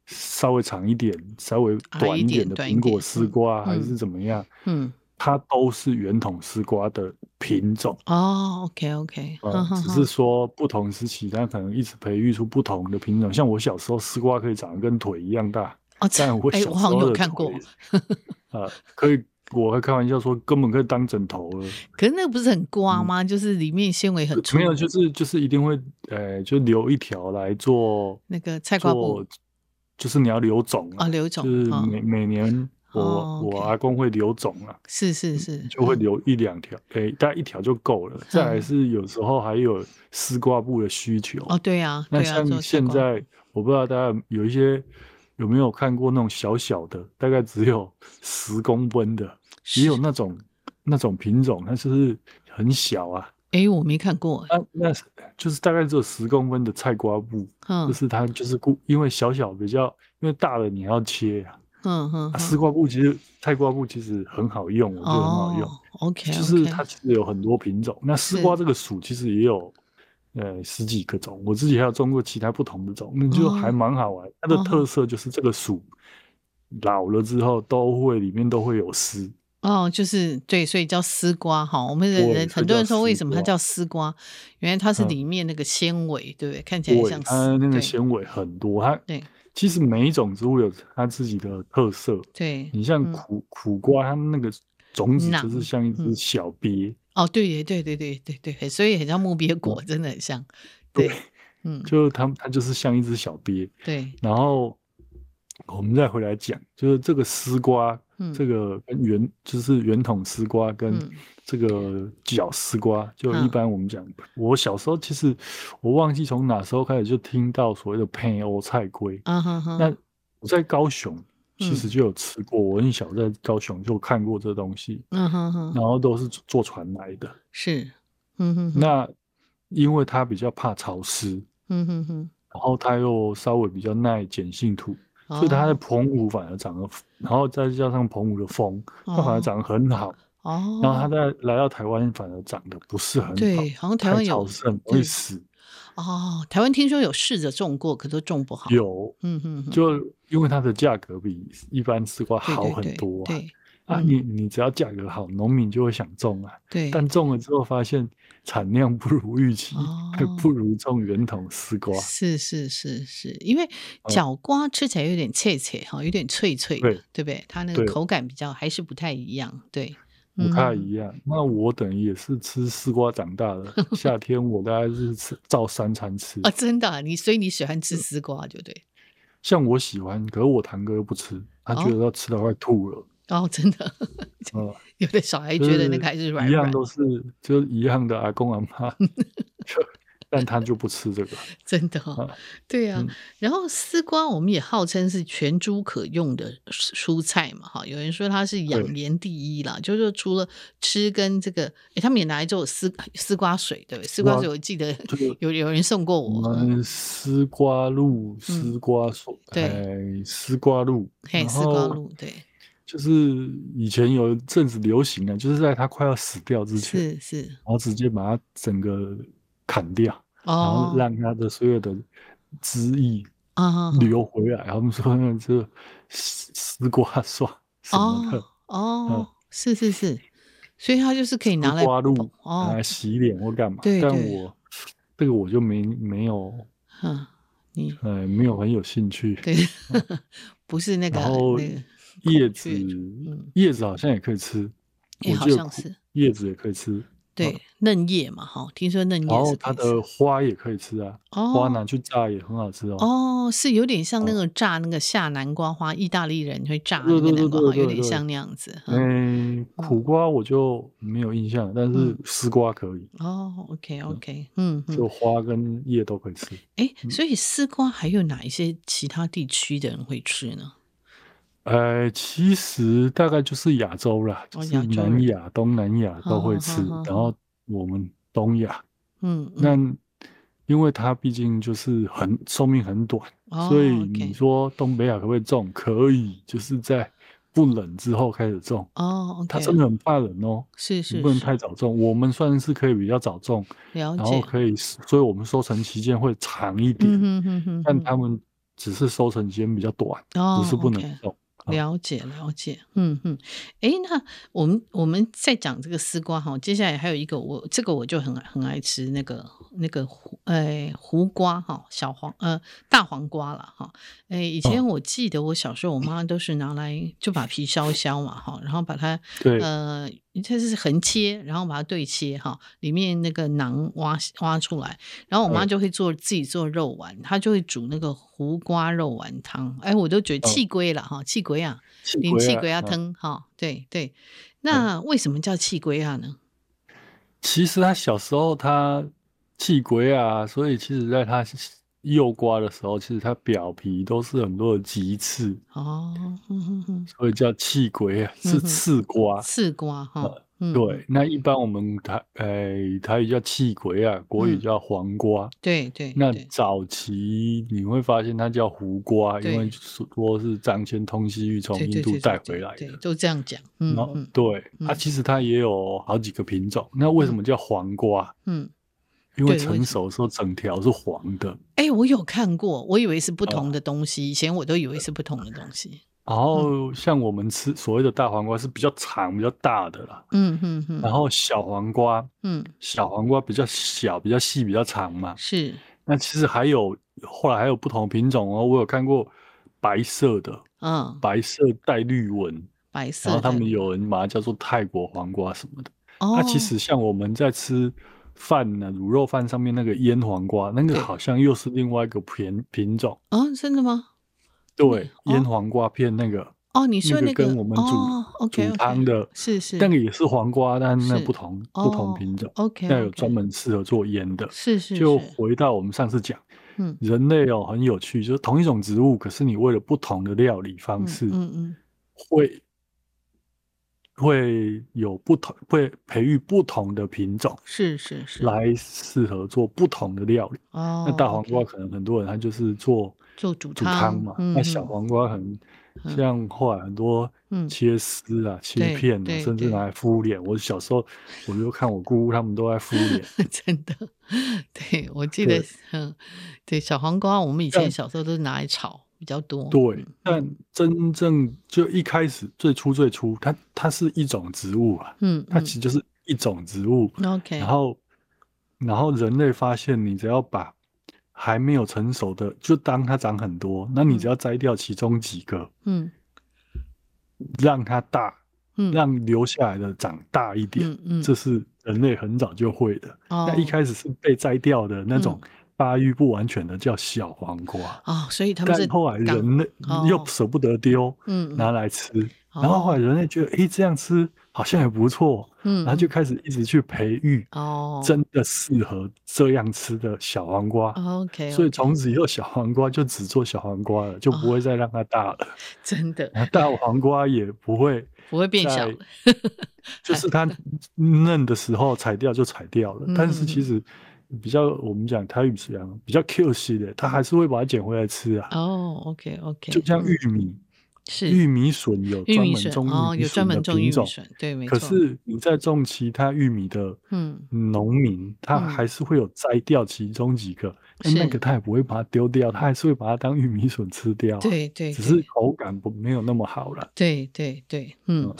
[SPEAKER 2] 稍微长一点、稍微
[SPEAKER 1] 矮
[SPEAKER 2] 短
[SPEAKER 1] 一
[SPEAKER 2] 一点
[SPEAKER 1] 点
[SPEAKER 2] 的
[SPEAKER 1] 短一
[SPEAKER 2] 苹果
[SPEAKER 1] 点
[SPEAKER 2] 丝
[SPEAKER 1] 嗯
[SPEAKER 2] 瓜，还
[SPEAKER 1] 嗯
[SPEAKER 2] 是怎么样，
[SPEAKER 1] 嗯。
[SPEAKER 2] 它都是圆筒丝瓜的品种。
[SPEAKER 1] 哦，OK OK，
[SPEAKER 2] 呃，只是说不同时期，它可能一直培育出不同的品种。像我小时候，丝瓜可以长得跟腿一样大，
[SPEAKER 1] 哦，这
[SPEAKER 2] 但我
[SPEAKER 1] 哎，
[SPEAKER 2] 小
[SPEAKER 1] 我
[SPEAKER 2] 时
[SPEAKER 1] 好像
[SPEAKER 2] 候
[SPEAKER 1] 有
[SPEAKER 2] 的
[SPEAKER 1] 看过，
[SPEAKER 2] 腿呃，可以，我还开玩笑说，根本可以当枕头了。
[SPEAKER 1] 可是那个不是很瓜吗？就是里面纤维很粗，
[SPEAKER 2] 嗯没有，就是就是一定会，呃，就留一条来做
[SPEAKER 1] 那个菜瓜
[SPEAKER 2] 做
[SPEAKER 1] 布，
[SPEAKER 2] 就是你要留种
[SPEAKER 1] 哦，
[SPEAKER 2] 啊，
[SPEAKER 1] 刘
[SPEAKER 2] 就
[SPEAKER 1] 总，
[SPEAKER 2] 是
[SPEAKER 1] 哦
[SPEAKER 2] 每每年我
[SPEAKER 1] 哦
[SPEAKER 2] 我
[SPEAKER 1] ，OK
[SPEAKER 2] 阿公会留种啊，
[SPEAKER 1] 是是是，
[SPEAKER 2] 就会
[SPEAKER 1] 嗯
[SPEAKER 2] 留一两条，诶，大概一条就够了。再来
[SPEAKER 1] 嗯
[SPEAKER 2] 是有时候还有丝瓜布的需求
[SPEAKER 1] 哦，对啊，
[SPEAKER 2] 那
[SPEAKER 1] 对啊，做
[SPEAKER 2] 像
[SPEAKER 1] 菜
[SPEAKER 2] 现
[SPEAKER 1] 瓜
[SPEAKER 2] 在，我不知道大家有一些有没有看过那种小小的，大概只有十公分的，也有
[SPEAKER 1] 是
[SPEAKER 2] 那种那种品种，它就是很小啊，
[SPEAKER 1] 哎，我没看过，
[SPEAKER 2] 那那是就是大概只有十公分的菜瓜布，
[SPEAKER 1] 嗯
[SPEAKER 2] 就是它就是故，因为小小比较，因为大了你要切啊。
[SPEAKER 1] 嗯嗯
[SPEAKER 2] 啊
[SPEAKER 1] 嗯，
[SPEAKER 2] 丝瓜布其实菜瓜布其实很好用，我觉得很好用，
[SPEAKER 1] 哦，OK，
[SPEAKER 2] 就是它其实有很多品种。那丝
[SPEAKER 1] 是
[SPEAKER 2] 瓜这个属其实也有。呃，十几个种，我自己还有种过其他不同的种，那就还
[SPEAKER 1] 哦
[SPEAKER 2] 蛮好玩。它的
[SPEAKER 1] 哦
[SPEAKER 2] 特色就是这个属老了之后都会里面都会有丝，
[SPEAKER 1] 哦，就是对，所以叫丝瓜哈。我们的
[SPEAKER 2] 对
[SPEAKER 1] 人
[SPEAKER 2] 所以
[SPEAKER 1] 很多人
[SPEAKER 2] 叫
[SPEAKER 1] 说为
[SPEAKER 2] 丝
[SPEAKER 1] 什么它
[SPEAKER 2] 瓜
[SPEAKER 1] 叫丝瓜，原来它是
[SPEAKER 2] 嗯
[SPEAKER 1] 里面那个纤维，对不对？看起来
[SPEAKER 2] 对，
[SPEAKER 1] 像
[SPEAKER 2] 它
[SPEAKER 1] 丝，
[SPEAKER 2] 那个
[SPEAKER 1] 对
[SPEAKER 2] 纤维很多。它
[SPEAKER 1] 对
[SPEAKER 2] 其实每一种植物有它自己的特色。
[SPEAKER 1] 对，
[SPEAKER 2] 你像
[SPEAKER 1] 嗯
[SPEAKER 2] 苦、苦瓜，它那个种子就是
[SPEAKER 1] 囊
[SPEAKER 2] 像一
[SPEAKER 1] 嗯
[SPEAKER 2] 只小鳖，
[SPEAKER 1] 哦，对耶，对对对对对，所以很像木鳖果， 真的很像。对，嗯，
[SPEAKER 2] 嗯就它它就是像一只小鳖。
[SPEAKER 1] 对，
[SPEAKER 2] 然后我们再回来讲，就是这个丝瓜，
[SPEAKER 1] 嗯
[SPEAKER 2] 这个跟圆就是圆筒丝瓜跟
[SPEAKER 1] 嗯
[SPEAKER 2] 这个角丝瓜，就一
[SPEAKER 1] 嗯
[SPEAKER 2] 般我们讲，我小时候其实我忘记从哪时候开始就听到所谓的配欧菜龟，
[SPEAKER 1] 啊哈哈，
[SPEAKER 2] 那我在高雄其实
[SPEAKER 1] 嗯
[SPEAKER 2] 就有吃过，我很小在高雄就看过这东西，
[SPEAKER 1] 嗯哼哼，
[SPEAKER 2] 然后都是坐船来的。
[SPEAKER 1] 是，嗯哼哼，
[SPEAKER 2] 那因为它比较怕潮湿，
[SPEAKER 1] 嗯哼哼，
[SPEAKER 2] 然后它又稍微比较耐碱性土，所以它在
[SPEAKER 1] 哦
[SPEAKER 2] 澎湖反而长得，然后再加上澎湖的风，它反而
[SPEAKER 1] 哦
[SPEAKER 2] 长得很好。
[SPEAKER 1] 哦，
[SPEAKER 2] 然后它在来到台湾反而长得不是很好，
[SPEAKER 1] 对，好像台
[SPEAKER 2] 太
[SPEAKER 1] 湾
[SPEAKER 2] 潮
[SPEAKER 1] 有
[SPEAKER 2] 湿很容
[SPEAKER 1] 对
[SPEAKER 2] 易死。
[SPEAKER 1] 哦，台湾听说有试着种过，可都种不好。，
[SPEAKER 2] 有
[SPEAKER 1] 嗯哼哼，
[SPEAKER 2] 就因为它的价格比一般丝瓜
[SPEAKER 1] 对
[SPEAKER 2] 好
[SPEAKER 1] 对
[SPEAKER 2] 很
[SPEAKER 1] 对
[SPEAKER 2] 多啊。
[SPEAKER 1] 对
[SPEAKER 2] 啊，
[SPEAKER 1] 嗯
[SPEAKER 2] 你你只要价格好，农民就会想种啊。
[SPEAKER 1] 对，
[SPEAKER 2] 但种了之后发现产量不如预期，还
[SPEAKER 1] 哦
[SPEAKER 2] 不如种圆筒丝 瓜。
[SPEAKER 1] 是是是是，因
[SPEAKER 2] 嗯
[SPEAKER 1] 为角瓜吃起来有点脆脆哈，有点脆脆的对
[SPEAKER 2] 对，
[SPEAKER 1] 不对？它那个
[SPEAKER 2] 对
[SPEAKER 1] 口感比较还是不太一样，对，嗯
[SPEAKER 2] 不太一样。那我等于也是吃丝瓜长大的， 夏天我大概是吃照三餐吃
[SPEAKER 1] 啊，。真的啊、你所以你喜欢
[SPEAKER 2] 嗯
[SPEAKER 1] 吃丝瓜，就对。
[SPEAKER 2] 像我喜欢，可是我堂哥又不吃，他觉得他吃到快吐了。
[SPEAKER 1] 哦，真 的，
[SPEAKER 2] 嗯，
[SPEAKER 1] 有的小孩
[SPEAKER 2] 就
[SPEAKER 1] 觉得那个还是软
[SPEAKER 2] 一
[SPEAKER 1] 软
[SPEAKER 2] 样，都是就是一样的阿公阿 妈， 就但他就不吃这个。
[SPEAKER 1] 真的、哦
[SPEAKER 2] 啊，
[SPEAKER 1] 对啊。
[SPEAKER 2] 嗯
[SPEAKER 1] 然后丝瓜我们也号称是全株可用的蔬蔬菜嘛，哈，有人说它是养颜第一啦，就是说除了吃跟这个，诶，他们也拿来做丝丝瓜水，对不对？丝瓜
[SPEAKER 2] 哇
[SPEAKER 1] 水我记得
[SPEAKER 2] 这个
[SPEAKER 1] 有有人送过
[SPEAKER 2] 我
[SPEAKER 1] 我，嗯
[SPEAKER 2] 们丝瓜露、丝瓜素，
[SPEAKER 1] 对
[SPEAKER 2] 哎，丝瓜露，
[SPEAKER 1] 嘿，
[SPEAKER 2] 然
[SPEAKER 1] 丝瓜
[SPEAKER 2] 后
[SPEAKER 1] 露，对，
[SPEAKER 2] 就是以前有一阵子流行的，就是在它快要死掉之前，然
[SPEAKER 1] 是是，
[SPEAKER 2] 后直接把它整个砍掉，然
[SPEAKER 1] 哦
[SPEAKER 2] 后，让它的所有的汁液
[SPEAKER 1] 啊，
[SPEAKER 2] 流回来。然后他们说那这丝丝瓜爽什么的嗯
[SPEAKER 1] 哦，哦，是是是，所以它就是可以拿来
[SPEAKER 2] 丝瓜露拿
[SPEAKER 1] 哦
[SPEAKER 2] 来，洗脸或干嘛。
[SPEAKER 1] 对
[SPEAKER 2] 但
[SPEAKER 1] 对
[SPEAKER 2] 我这个我就没没有，
[SPEAKER 1] 嗯，你
[SPEAKER 2] 呃，没有很有兴趣。
[SPEAKER 1] 对， 不是那个
[SPEAKER 2] 嗯然后
[SPEAKER 1] 那个，
[SPEAKER 2] 叶
[SPEAKER 1] 孔
[SPEAKER 2] 子
[SPEAKER 1] 雀嗯，
[SPEAKER 2] 叶子好像也可以吃，
[SPEAKER 1] 也
[SPEAKER 2] 我
[SPEAKER 1] 好
[SPEAKER 2] 记得
[SPEAKER 1] 像
[SPEAKER 2] 苦
[SPEAKER 1] 是
[SPEAKER 2] 叶子也可以吃，
[SPEAKER 1] 对，嫩叶嘛，哈，听说嫩
[SPEAKER 2] 嗯
[SPEAKER 1] 嗯
[SPEAKER 2] 然
[SPEAKER 1] 叶
[SPEAKER 2] 后
[SPEAKER 1] 是
[SPEAKER 2] 它
[SPEAKER 1] 可以吃。
[SPEAKER 2] 的花也可以吃啊，花拿
[SPEAKER 1] 哦
[SPEAKER 2] 去炸也很好吃哦。
[SPEAKER 1] 哦，是有点像那个炸那个夏南瓜花，意大利人会炸那
[SPEAKER 2] 对
[SPEAKER 1] 个
[SPEAKER 2] 对
[SPEAKER 1] 南
[SPEAKER 2] 对
[SPEAKER 1] 瓜
[SPEAKER 2] 对
[SPEAKER 1] 花，有
[SPEAKER 2] 对
[SPEAKER 1] 点
[SPEAKER 2] 对
[SPEAKER 1] 像那样子。嗯
[SPEAKER 2] 嗯，苦瓜我就没有印象，但是
[SPEAKER 1] 嗯
[SPEAKER 2] 丝瓜可以，
[SPEAKER 1] 哦，OK OK，嗯嗯，
[SPEAKER 2] 就嗯花跟叶都可以吃。
[SPEAKER 1] 哎，所以丝瓜还有哪一些其他地区的人会吃呢？
[SPEAKER 2] 呃，其实大概就是亚洲啦，就
[SPEAKER 1] 哦
[SPEAKER 2] 是
[SPEAKER 1] 亚洲
[SPEAKER 2] 南
[SPEAKER 1] 人
[SPEAKER 2] 亚、东南亚都会吃
[SPEAKER 1] 好好好好，
[SPEAKER 2] 然后我们东亚，
[SPEAKER 1] 嗯，嗯
[SPEAKER 2] 那因为它毕竟就是很寿命很短，
[SPEAKER 1] 哦
[SPEAKER 2] 所以
[SPEAKER 1] OK
[SPEAKER 2] 你说东北亚可不可以种？可以，就是在不冷之后开始种。
[SPEAKER 1] 哦，OK，
[SPEAKER 2] 它真的很怕冷哦，
[SPEAKER 1] 是是
[SPEAKER 2] 你不能
[SPEAKER 1] 是
[SPEAKER 2] 太早种。我们算是可以比较早种，
[SPEAKER 1] 了
[SPEAKER 2] 然后
[SPEAKER 1] 解，
[SPEAKER 2] 可以，所以我们收成期间会长一点，
[SPEAKER 1] 嗯哼哼哼
[SPEAKER 2] 但
[SPEAKER 1] 哼
[SPEAKER 2] 他们只是收成期间比较短，
[SPEAKER 1] 哦
[SPEAKER 2] 不是不能
[SPEAKER 1] OK
[SPEAKER 2] 种。啊
[SPEAKER 1] 了解了解，嗯哼，诶，那我们我们再讲这个丝瓜哈，接下来还有一个我这个我就很很爱吃那个那个胡呃胡瓜哈，小黄呃大黄瓜了哈，诶，以前我记得我小时候我妈都是拿来就把皮削一削嘛哈，然后把它
[SPEAKER 2] 对，
[SPEAKER 1] 呃它是横切，然后把它对切哈，里面那个囊挖挖出来，然后我妈
[SPEAKER 2] 对
[SPEAKER 1] 就会做自己做肉丸，她就会煮那个胡瓜肉丸汤。哎，我都觉得
[SPEAKER 2] 哦
[SPEAKER 1] 气龟了哈，气龟啊，
[SPEAKER 2] 气嗯
[SPEAKER 1] 连气龟啊
[SPEAKER 2] 它
[SPEAKER 1] 汤哈，对
[SPEAKER 2] 嗯
[SPEAKER 1] 对。那为什么叫气龟啊呢？
[SPEAKER 2] 其实他小时候他气鬼啊，所以其实在他幼瓜的时候，其实他表皮都是很多的棘刺，
[SPEAKER 1] 哦，哼哼哼
[SPEAKER 2] 所以叫气鬼啊，
[SPEAKER 1] 嗯
[SPEAKER 2] 是
[SPEAKER 1] 哼
[SPEAKER 2] 刺瓜。
[SPEAKER 1] 刺瓜哈，嗯，
[SPEAKER 2] 对，那一般我们台诶、台语叫气鬼啊，国语
[SPEAKER 1] 嗯
[SPEAKER 2] 叫黄瓜。
[SPEAKER 1] 对对
[SPEAKER 2] 那
[SPEAKER 1] 对，
[SPEAKER 2] 早期你会发现它叫胡瓜，
[SPEAKER 1] 对
[SPEAKER 2] 因为说是张骞通西域从
[SPEAKER 1] 对
[SPEAKER 2] 印
[SPEAKER 1] 对
[SPEAKER 2] 度
[SPEAKER 1] 对对
[SPEAKER 2] 带回
[SPEAKER 1] 对
[SPEAKER 2] 来的
[SPEAKER 1] 对，。都这样讲，嗯
[SPEAKER 2] 然后
[SPEAKER 1] 嗯
[SPEAKER 2] 对，它、
[SPEAKER 1] 嗯
[SPEAKER 2] 其实它也有好几个品种。那为什么叫黄瓜？
[SPEAKER 1] 嗯。
[SPEAKER 2] 因为
[SPEAKER 1] 对为什
[SPEAKER 2] 成
[SPEAKER 1] 么
[SPEAKER 2] 熟的时候整条是黄的，
[SPEAKER 1] 哎，我有看过，我以为是不
[SPEAKER 2] 哦
[SPEAKER 1] 同的东西，以前我都以为是不同的东 西。
[SPEAKER 2] 然后像我们吃所谓的大黄瓜是比较长、比较大的啦，
[SPEAKER 1] 嗯哼哼，
[SPEAKER 2] 然后小黄瓜，
[SPEAKER 1] 嗯，
[SPEAKER 2] 小黄瓜比较小、比较细、比较长嘛。
[SPEAKER 1] 是
[SPEAKER 2] 那其实还有后来还有不同品种哦，我有看过白色的，
[SPEAKER 1] 嗯，
[SPEAKER 2] 白色带绿纹，
[SPEAKER 1] 白色
[SPEAKER 2] 然
[SPEAKER 1] 的。
[SPEAKER 2] 后他们有人把它叫做泰国黄瓜什么的。
[SPEAKER 1] 哦，
[SPEAKER 2] 它啊其实像我们在吃饭呢，卤肉饭上面那个腌黄瓜，那
[SPEAKER 1] 对
[SPEAKER 2] 个好像又是另外一个品品种。
[SPEAKER 1] 哦，真的吗？
[SPEAKER 2] 对，
[SPEAKER 1] 哦
[SPEAKER 2] 腌黄瓜片那个，
[SPEAKER 1] 哦，你说
[SPEAKER 2] 那个
[SPEAKER 1] 个
[SPEAKER 2] 跟我们煮
[SPEAKER 1] 哦，OK
[SPEAKER 2] 煮汤的
[SPEAKER 1] 是是
[SPEAKER 2] 那个也是黄瓜，但那
[SPEAKER 1] 是
[SPEAKER 2] 不同
[SPEAKER 1] 哦
[SPEAKER 2] 不同品种，
[SPEAKER 1] OK，
[SPEAKER 2] 那有专门适合做腌的。
[SPEAKER 1] 是是
[SPEAKER 2] 就是回到我们上次讲，
[SPEAKER 1] 嗯
[SPEAKER 2] 人类哦很有趣，就是同一种植物，可是你为了不同的料理方
[SPEAKER 1] 嗯
[SPEAKER 2] 式，
[SPEAKER 1] 嗯嗯
[SPEAKER 2] 会会有不同，会培育不同的品种
[SPEAKER 1] 是是是
[SPEAKER 2] 来适合做不同的料理。
[SPEAKER 1] 哦，
[SPEAKER 2] 那大黄
[SPEAKER 1] OK，
[SPEAKER 2] 瓜可能很多人他就是做
[SPEAKER 1] 做煮
[SPEAKER 2] 煮汤
[SPEAKER 1] 汤
[SPEAKER 2] 嘛，
[SPEAKER 1] 嗯
[SPEAKER 2] 那小
[SPEAKER 1] 嗯
[SPEAKER 2] 黄瓜很
[SPEAKER 1] 嗯
[SPEAKER 2] 像后来很多
[SPEAKER 1] 嗯
[SPEAKER 2] 切丝啊、
[SPEAKER 1] 对
[SPEAKER 2] 切片啊，
[SPEAKER 1] 对
[SPEAKER 2] 甚至
[SPEAKER 1] 对
[SPEAKER 2] 拿来敷脸。我小时候我就看我姑姑他们都在 敷脸，
[SPEAKER 1] 真的，对我记
[SPEAKER 2] 对
[SPEAKER 1] 得嗯，对小黄瓜，我们以
[SPEAKER 2] 但
[SPEAKER 1] 前小时候都是拿来炒比较多，
[SPEAKER 2] 对。但真正就一开始最初最初，它它是一种植物啊，
[SPEAKER 1] 嗯
[SPEAKER 2] 它其实就是一种植物。
[SPEAKER 1] 嗯 OK，
[SPEAKER 2] 然后，然后人类发现，你只要把还没有成熟的，就当它长很多，那你只
[SPEAKER 1] 嗯
[SPEAKER 2] 要摘掉其中几个，
[SPEAKER 1] 嗯
[SPEAKER 2] 让它大，
[SPEAKER 1] 嗯
[SPEAKER 2] 让留下来的长大一点，
[SPEAKER 1] 嗯嗯，
[SPEAKER 2] 这是人类很早就会的。
[SPEAKER 1] 哦嗯
[SPEAKER 2] 那一开始是被摘掉的那种发育不完全的叫小黄瓜，
[SPEAKER 1] 哦，所以他们是
[SPEAKER 2] 但后来
[SPEAKER 1] 港
[SPEAKER 2] 人类
[SPEAKER 1] 哦
[SPEAKER 2] 又舍不得丢，
[SPEAKER 1] 嗯，
[SPEAKER 2] 拿来吃。
[SPEAKER 1] 哦
[SPEAKER 2] 然后后来人类觉得，诶，这样吃好像也不错，
[SPEAKER 1] 嗯，
[SPEAKER 2] 然后就开始一直去培育
[SPEAKER 1] 哦，
[SPEAKER 2] 真的适合这样吃的小黄瓜。
[SPEAKER 1] OK，
[SPEAKER 2] 所以从此以后，小黄瓜就只做小黄瓜了，就
[SPEAKER 1] 哦
[SPEAKER 2] 不会再让它大 了。
[SPEAKER 1] 真的
[SPEAKER 2] 然后大黄瓜也不会，
[SPEAKER 1] 不会变小
[SPEAKER 2] 在
[SPEAKER 1] 了，
[SPEAKER 2] 就是它嫩的时候采掉就采掉了。但是
[SPEAKER 1] 嗯
[SPEAKER 2] 其实比较我们讲它语讲比较 Q 系的，它还是会把它捡回来吃啊。
[SPEAKER 1] 哦，OK OK，
[SPEAKER 2] 就像
[SPEAKER 1] 嗯
[SPEAKER 2] 玉米，
[SPEAKER 1] 是
[SPEAKER 2] 玉米笋有
[SPEAKER 1] 玉
[SPEAKER 2] 专
[SPEAKER 1] 米
[SPEAKER 2] 门
[SPEAKER 1] 笋
[SPEAKER 2] 种
[SPEAKER 1] 哦，
[SPEAKER 2] 玉米
[SPEAKER 1] 有专
[SPEAKER 2] 笋
[SPEAKER 1] 门
[SPEAKER 2] 的
[SPEAKER 1] 种玉
[SPEAKER 2] 品
[SPEAKER 1] 米
[SPEAKER 2] 种，
[SPEAKER 1] 笋，对，没
[SPEAKER 2] 可
[SPEAKER 1] 错，
[SPEAKER 2] 是你在种其他玉米的
[SPEAKER 1] 嗯
[SPEAKER 2] 农民，他
[SPEAKER 1] 嗯
[SPEAKER 2] 还是会有摘掉其中几个，但那
[SPEAKER 1] 是
[SPEAKER 2] 个他也不会把它丢掉，他还是会把它当玉米笋吃掉啊、
[SPEAKER 1] 对对，
[SPEAKER 2] 只
[SPEAKER 1] 对
[SPEAKER 2] 是口感不没有那么好了。
[SPEAKER 1] 对对对，嗯
[SPEAKER 2] 嗯，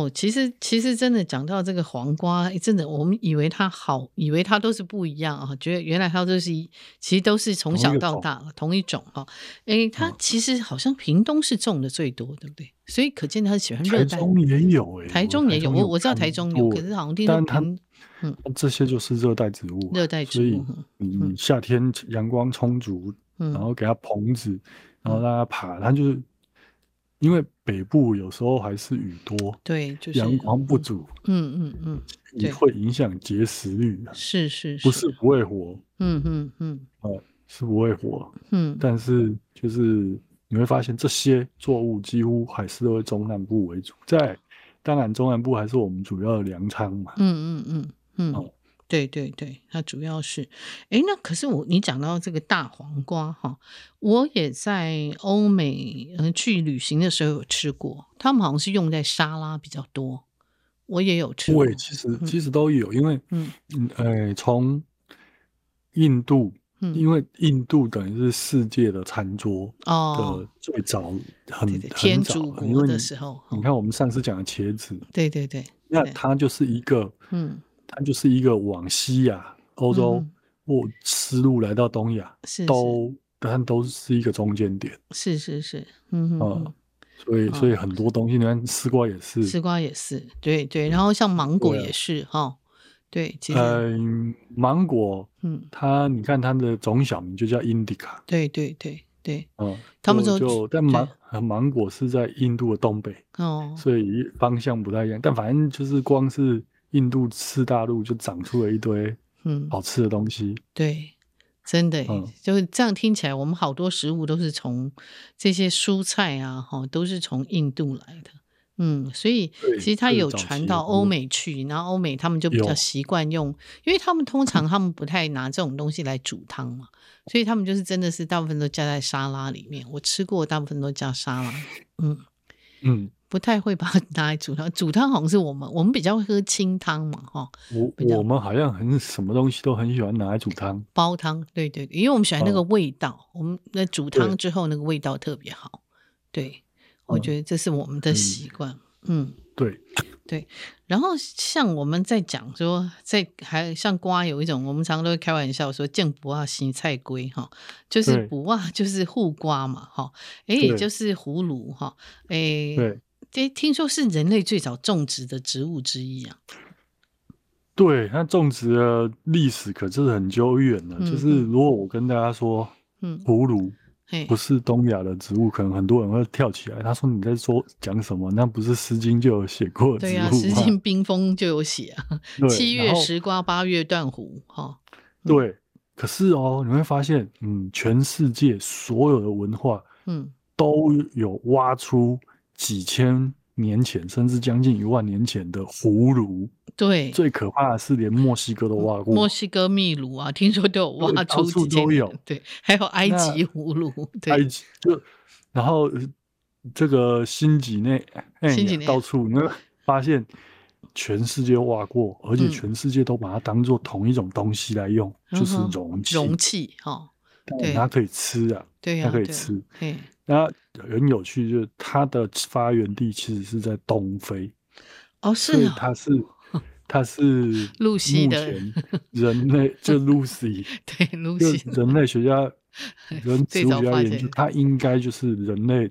[SPEAKER 1] 哦，其实其实真的讲到这个黄瓜，诶真的我们以为它好，以为它都是不一样啊，觉得原来它都是一，其实都是从
[SPEAKER 2] 同一
[SPEAKER 1] 小
[SPEAKER 2] 个
[SPEAKER 1] 到
[SPEAKER 2] 种
[SPEAKER 1] 大同一种哈。诶，它
[SPEAKER 2] 嗯
[SPEAKER 1] 其实好像屏东是种的最多，对不对？所以可见它是喜欢热
[SPEAKER 2] 台
[SPEAKER 1] 带。
[SPEAKER 2] 中也有哎、
[SPEAKER 1] 台中也有，我我知道台
[SPEAKER 2] 看
[SPEAKER 1] 中有，
[SPEAKER 2] 过
[SPEAKER 1] 可是好像听说
[SPEAKER 2] 但它
[SPEAKER 1] 屏
[SPEAKER 2] 这些就是热带植物啊、
[SPEAKER 1] 热带植
[SPEAKER 2] 所
[SPEAKER 1] 物
[SPEAKER 2] 以
[SPEAKER 1] 嗯
[SPEAKER 2] 你夏天阳光充足，然
[SPEAKER 1] 嗯
[SPEAKER 2] 后给它棚子，然后让它爬，它就是因为北部有时候还是雨多，
[SPEAKER 1] 对，就是
[SPEAKER 2] 阳光不
[SPEAKER 1] 嗯
[SPEAKER 2] 足，
[SPEAKER 1] 嗯嗯嗯，对
[SPEAKER 2] 也会影响节食欲啊，
[SPEAKER 1] 是是啊
[SPEAKER 2] 不是不会活，
[SPEAKER 1] 嗯嗯嗯
[SPEAKER 2] 是不会活，
[SPEAKER 1] 嗯，
[SPEAKER 2] 但是就是你会发现这些作物几乎还是都以中南部为主，在当然中南部还是我们主要的粮仓嘛，
[SPEAKER 1] 嗯嗯嗯嗯
[SPEAKER 2] 哦，
[SPEAKER 1] 对对对，它主要是，诶，那可是我你讲到这个大黄瓜哈，我也在欧美嗯、呃去旅行的时候有吃过，他们好像是用在沙拉比较多，我也有吃过
[SPEAKER 2] 对，，其实其实都有，因为
[SPEAKER 1] 嗯
[SPEAKER 2] 嗯呃从印度，
[SPEAKER 1] 嗯
[SPEAKER 2] 因为印度等于是世界的餐桌
[SPEAKER 1] 哦
[SPEAKER 2] 的，最早很
[SPEAKER 1] 对对，
[SPEAKER 2] 很
[SPEAKER 1] 天
[SPEAKER 2] 早
[SPEAKER 1] 竺
[SPEAKER 2] 了，因为
[SPEAKER 1] 国的时
[SPEAKER 2] 你
[SPEAKER 1] 候，
[SPEAKER 2] 你
[SPEAKER 1] 哦
[SPEAKER 2] 看我们上次讲的茄子，
[SPEAKER 1] 对对对，
[SPEAKER 2] 那
[SPEAKER 1] 对
[SPEAKER 2] 它就是一个
[SPEAKER 1] 嗯，
[SPEAKER 2] 它就是一个往西亚、欧洲
[SPEAKER 1] 嗯
[SPEAKER 2] 或丝路来到东亚，
[SPEAKER 1] 是
[SPEAKER 2] 都但都是一个中间点
[SPEAKER 1] 是是是是，嗯嗯
[SPEAKER 2] 啊、
[SPEAKER 1] 嗯。
[SPEAKER 2] 所以所以
[SPEAKER 1] 哦
[SPEAKER 2] 很多东西，你看丝瓜也是，
[SPEAKER 1] 丝瓜也是，对对，然后像芒果
[SPEAKER 2] 对啊
[SPEAKER 1] 也是哈、对，其实、
[SPEAKER 2] 嗯、芒果
[SPEAKER 1] 嗯，
[SPEAKER 2] 它你看它的种小名就叫 indica
[SPEAKER 1] 对对对对，
[SPEAKER 2] 啊、
[SPEAKER 1] 他们
[SPEAKER 2] 就
[SPEAKER 1] 说
[SPEAKER 2] 就但芒呃芒果是在印度的东北，
[SPEAKER 1] 哦，
[SPEAKER 2] 所以方向不太一样，但反正就是光是印度次大陆就长出了一堆
[SPEAKER 1] 嗯，
[SPEAKER 2] 好吃的东西，
[SPEAKER 1] 对，真的耶、
[SPEAKER 2] 嗯
[SPEAKER 1] 就是这样听起来，我们好多食物都是从这些蔬菜啊，哈，都是从印度来的。嗯，所以
[SPEAKER 2] 对
[SPEAKER 1] 其实它
[SPEAKER 2] 这是
[SPEAKER 1] 有
[SPEAKER 2] 早期
[SPEAKER 1] 传
[SPEAKER 2] 的
[SPEAKER 1] 到
[SPEAKER 2] 很
[SPEAKER 1] 欧
[SPEAKER 2] 多
[SPEAKER 1] 美去，然后欧美他们就比较
[SPEAKER 2] 有
[SPEAKER 1] 习惯用，因为他们通常他们不太拿这种东西来煮汤嘛，所以他们就是真的是大部分都加在沙拉里面。我吃过，大部分都加沙拉，嗯，
[SPEAKER 2] 嗯。
[SPEAKER 1] 不太会把它拿来煮汤。煮汤好像是我们我们比较会喝清汤嘛，哈，
[SPEAKER 2] 我
[SPEAKER 1] 比较
[SPEAKER 2] 我们好像很什么东西都很喜欢拿来煮汤，
[SPEAKER 1] 煲汤，对对，对因为我们喜欢那个味道，我们那煮
[SPEAKER 2] 哦对
[SPEAKER 1] 汤之后那个味道特别好。对，我
[SPEAKER 2] 嗯
[SPEAKER 1] 觉得这是我们的
[SPEAKER 2] 嗯
[SPEAKER 1] 习惯。嗯，
[SPEAKER 2] 对，
[SPEAKER 1] 然后像我们在讲说，在还像瓜有一种，我们常常都会开玩笑说“见不啊行菜龟”哈，就是
[SPEAKER 2] 对
[SPEAKER 1] 不啊就是护瓜嘛哈，诶，也
[SPEAKER 2] 对
[SPEAKER 1] 就是葫芦哈，诶，
[SPEAKER 2] 对
[SPEAKER 1] 这听说是人类最早种植的植物之一啊。
[SPEAKER 2] 对，它种植的历史可是很久远了。
[SPEAKER 1] 嗯
[SPEAKER 2] 就是如果我跟大家说
[SPEAKER 1] 嗯，
[SPEAKER 2] 葫芦
[SPEAKER 1] 嘿
[SPEAKER 2] 不，是东亚的植物，可能很多人会跳起来。他说你在说讲什么？那不是《诗经》就有写过的
[SPEAKER 1] 对
[SPEAKER 2] 植物
[SPEAKER 1] 呀、
[SPEAKER 2] 吗？
[SPEAKER 1] 十进冰封就有写啊。
[SPEAKER 2] 对
[SPEAKER 1] 七
[SPEAKER 2] 然
[SPEAKER 1] 月
[SPEAKER 2] 后
[SPEAKER 1] 食瓜，八月断胡，哈、
[SPEAKER 2] 对。可是哦，你会发现，嗯，全世界所有的文化
[SPEAKER 1] 嗯，
[SPEAKER 2] 都有挖出几千年前，甚至将近一万年前的葫芦。
[SPEAKER 1] 对，
[SPEAKER 2] 最可怕的是，连墨西哥都挖过。
[SPEAKER 1] 墨西哥秘鲁啊，听说都有
[SPEAKER 2] 对
[SPEAKER 1] 挖
[SPEAKER 2] 到
[SPEAKER 1] 出
[SPEAKER 2] 处
[SPEAKER 1] 几千
[SPEAKER 2] 都有
[SPEAKER 1] 年对，还有埃
[SPEAKER 2] 那
[SPEAKER 1] 及葫芦，
[SPEAKER 2] 埃
[SPEAKER 1] 对，
[SPEAKER 2] 及就，然后呃这个新几内哎
[SPEAKER 1] 新几
[SPEAKER 2] 呀
[SPEAKER 1] 内亚
[SPEAKER 2] 到处你会发现全世界挖过，而且
[SPEAKER 1] 嗯
[SPEAKER 2] 全世界都把它当做同一种东西来用，就是
[SPEAKER 1] 嗯哼
[SPEAKER 2] 容器，
[SPEAKER 1] 容器，哈、
[SPEAKER 2] 但
[SPEAKER 1] 对
[SPEAKER 2] 它可以吃啊，
[SPEAKER 1] 对呀、
[SPEAKER 2] 它可以
[SPEAKER 1] 对啊
[SPEAKER 2] 吃。
[SPEAKER 1] 嘿，
[SPEAKER 2] 那很有趣，就是它的发源地其实是在东非，
[SPEAKER 1] 哦，
[SPEAKER 2] 所
[SPEAKER 1] 是
[SPEAKER 2] 以
[SPEAKER 1] 哦
[SPEAKER 2] 它是它是
[SPEAKER 1] 露
[SPEAKER 2] 目
[SPEAKER 1] 西的
[SPEAKER 2] 前人类就 Lucy
[SPEAKER 1] 对， 露
[SPEAKER 2] 就
[SPEAKER 1] 西，
[SPEAKER 2] 人类学家、人
[SPEAKER 1] 最
[SPEAKER 2] 植物
[SPEAKER 1] 早
[SPEAKER 2] 学家
[SPEAKER 1] 发
[SPEAKER 2] 研
[SPEAKER 1] 现
[SPEAKER 2] 究
[SPEAKER 1] 的，
[SPEAKER 2] 它应该就是人类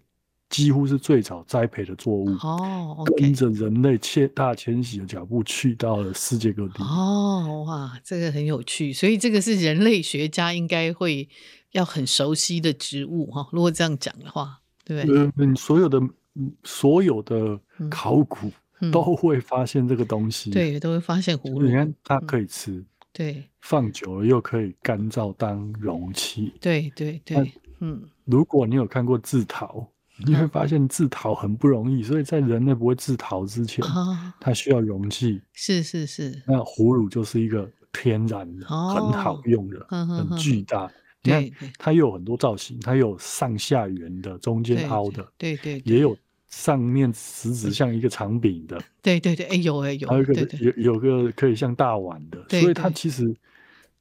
[SPEAKER 2] 几乎是最早栽培的作物，
[SPEAKER 1] 哦
[SPEAKER 2] 跟
[SPEAKER 1] ，OK，
[SPEAKER 2] 着人类迁大迁徙的脚步去到了世界各地。
[SPEAKER 1] 哦，哇，这个很有趣，所以这个是人类学家应该会要很熟悉的植物哈、如果这样讲的话，对不对？
[SPEAKER 2] 嗯，嗯所有的嗯所有的
[SPEAKER 1] 嗯
[SPEAKER 2] 考古
[SPEAKER 1] 嗯
[SPEAKER 2] 都会发现这个东西。，
[SPEAKER 1] 对，嗯都会发现葫
[SPEAKER 2] 你看
[SPEAKER 1] 芦，
[SPEAKER 2] 它可以吃，
[SPEAKER 1] 对
[SPEAKER 2] 放久了又可以干燥当
[SPEAKER 1] 嗯
[SPEAKER 2] 容器。
[SPEAKER 1] 对对对，嗯，
[SPEAKER 2] 如果你有看过制陶，你会发现制陶很不容易，所以在
[SPEAKER 1] 嗯
[SPEAKER 2] 人类不会制陶之前，
[SPEAKER 1] 啊，
[SPEAKER 2] 它需要容器。
[SPEAKER 1] 是是是，
[SPEAKER 2] 那葫芦就是一个天然的、很好
[SPEAKER 1] 哦
[SPEAKER 2] 用的、
[SPEAKER 1] 哼哼
[SPEAKER 2] 很
[SPEAKER 1] 哼
[SPEAKER 2] 巨大。你看
[SPEAKER 1] 对对
[SPEAKER 2] 它又有很多造型，它有上下圆的、中间
[SPEAKER 1] 对
[SPEAKER 2] 凹的，
[SPEAKER 1] 对对对
[SPEAKER 2] 也有上面食指像一个长柄的，
[SPEAKER 1] 对对对，哎有哎有
[SPEAKER 2] 还有一，个
[SPEAKER 1] 对对
[SPEAKER 2] 有有个可以像大碗的，
[SPEAKER 1] 对
[SPEAKER 2] 所以它
[SPEAKER 1] 对
[SPEAKER 2] 其实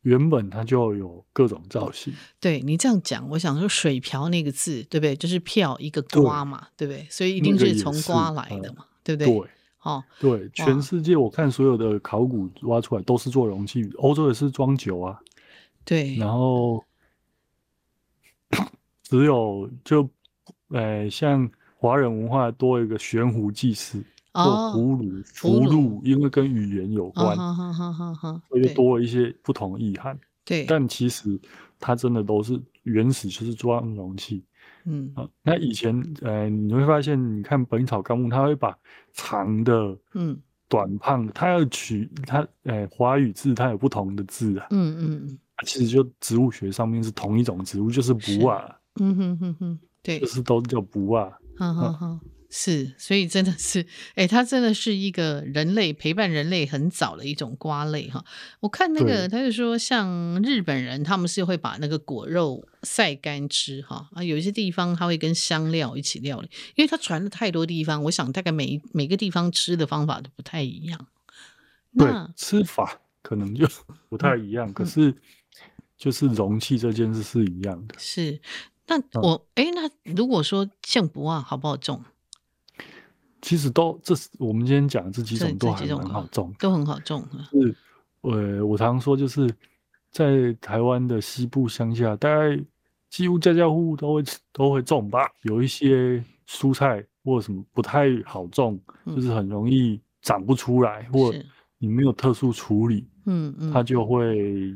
[SPEAKER 2] 原本它就有各种造型。
[SPEAKER 1] 对，你这样讲，我想说水瓢那个字，对不对？就是瓢一个
[SPEAKER 2] 对
[SPEAKER 1] 瓜嘛，对不对？所以一
[SPEAKER 2] 那
[SPEAKER 1] 定
[SPEAKER 2] 个
[SPEAKER 1] 是
[SPEAKER 2] 也
[SPEAKER 1] 从
[SPEAKER 2] 是
[SPEAKER 1] 瓜来的
[SPEAKER 2] 呃
[SPEAKER 1] 嘛，对不
[SPEAKER 2] 对
[SPEAKER 1] 对？哦，
[SPEAKER 2] 对，
[SPEAKER 1] 哇
[SPEAKER 2] 全世界我看所有的考古挖出来都是做容器，欧洲也是装酒啊，
[SPEAKER 1] 对，
[SPEAKER 2] 然后只有就呃像华人文化多一个悬壶济世或
[SPEAKER 1] 哦，
[SPEAKER 2] 葫芦、
[SPEAKER 1] 葫
[SPEAKER 2] 葫
[SPEAKER 1] 芦
[SPEAKER 2] 芦，因为跟语言有
[SPEAKER 1] 啊
[SPEAKER 2] 关，
[SPEAKER 1] 哈哈哈哈哈，
[SPEAKER 2] 所以就
[SPEAKER 1] 对
[SPEAKER 2] 多了一些不同意涵。
[SPEAKER 1] 对，
[SPEAKER 2] 但其实它真的都是原始就是装容器
[SPEAKER 1] 嗯
[SPEAKER 2] 啊。那以前呃，你会发现，你看《本草纲目》，它会把长的、
[SPEAKER 1] 嗯
[SPEAKER 2] 短胖的，它要取它呃华语字，它有不同的字啊。
[SPEAKER 1] 嗯嗯
[SPEAKER 2] 它其实就植物学上面是同一种植物，就是
[SPEAKER 1] 是
[SPEAKER 2] 补啊，
[SPEAKER 1] 嗯哼哼哼，对
[SPEAKER 2] 就，是都叫补啊。
[SPEAKER 1] 哈哈哈，是，所以真的是，哎，它真的是一个人类陪伴人类很早的一种瓜类哈。我看那个，
[SPEAKER 2] 对
[SPEAKER 1] 他就说像日本人，他们是会把那个果肉晒干吃哈啊，有一些地方它会跟香料一起料理，因为它传了太多地方，我想大概每一每个地方吃的方法都不太一样。
[SPEAKER 2] 对
[SPEAKER 1] 那，
[SPEAKER 2] 吃法可能就不太一
[SPEAKER 1] 嗯
[SPEAKER 2] 样，可是就是容器这件事是一样的。
[SPEAKER 1] 是，那
[SPEAKER 2] 嗯
[SPEAKER 1] 我哎、那如果说酱卜啊，好不好种？
[SPEAKER 2] 其实都这是我们今天讲的这几
[SPEAKER 1] 这
[SPEAKER 2] 种都
[SPEAKER 1] 这
[SPEAKER 2] 还
[SPEAKER 1] 几种
[SPEAKER 2] 蛮
[SPEAKER 1] 啊
[SPEAKER 2] 好种的
[SPEAKER 1] 都很好种啊。
[SPEAKER 2] 是，呃，我常说就是在台湾的西部乡下，大概几乎家家户户都会吃都会种吧。有一些蔬菜或者什么不太好种，
[SPEAKER 1] 嗯
[SPEAKER 2] 就是很容易长不出来，或
[SPEAKER 1] 是
[SPEAKER 2] 你没有特殊处理，
[SPEAKER 1] 嗯嗯，
[SPEAKER 2] 它就会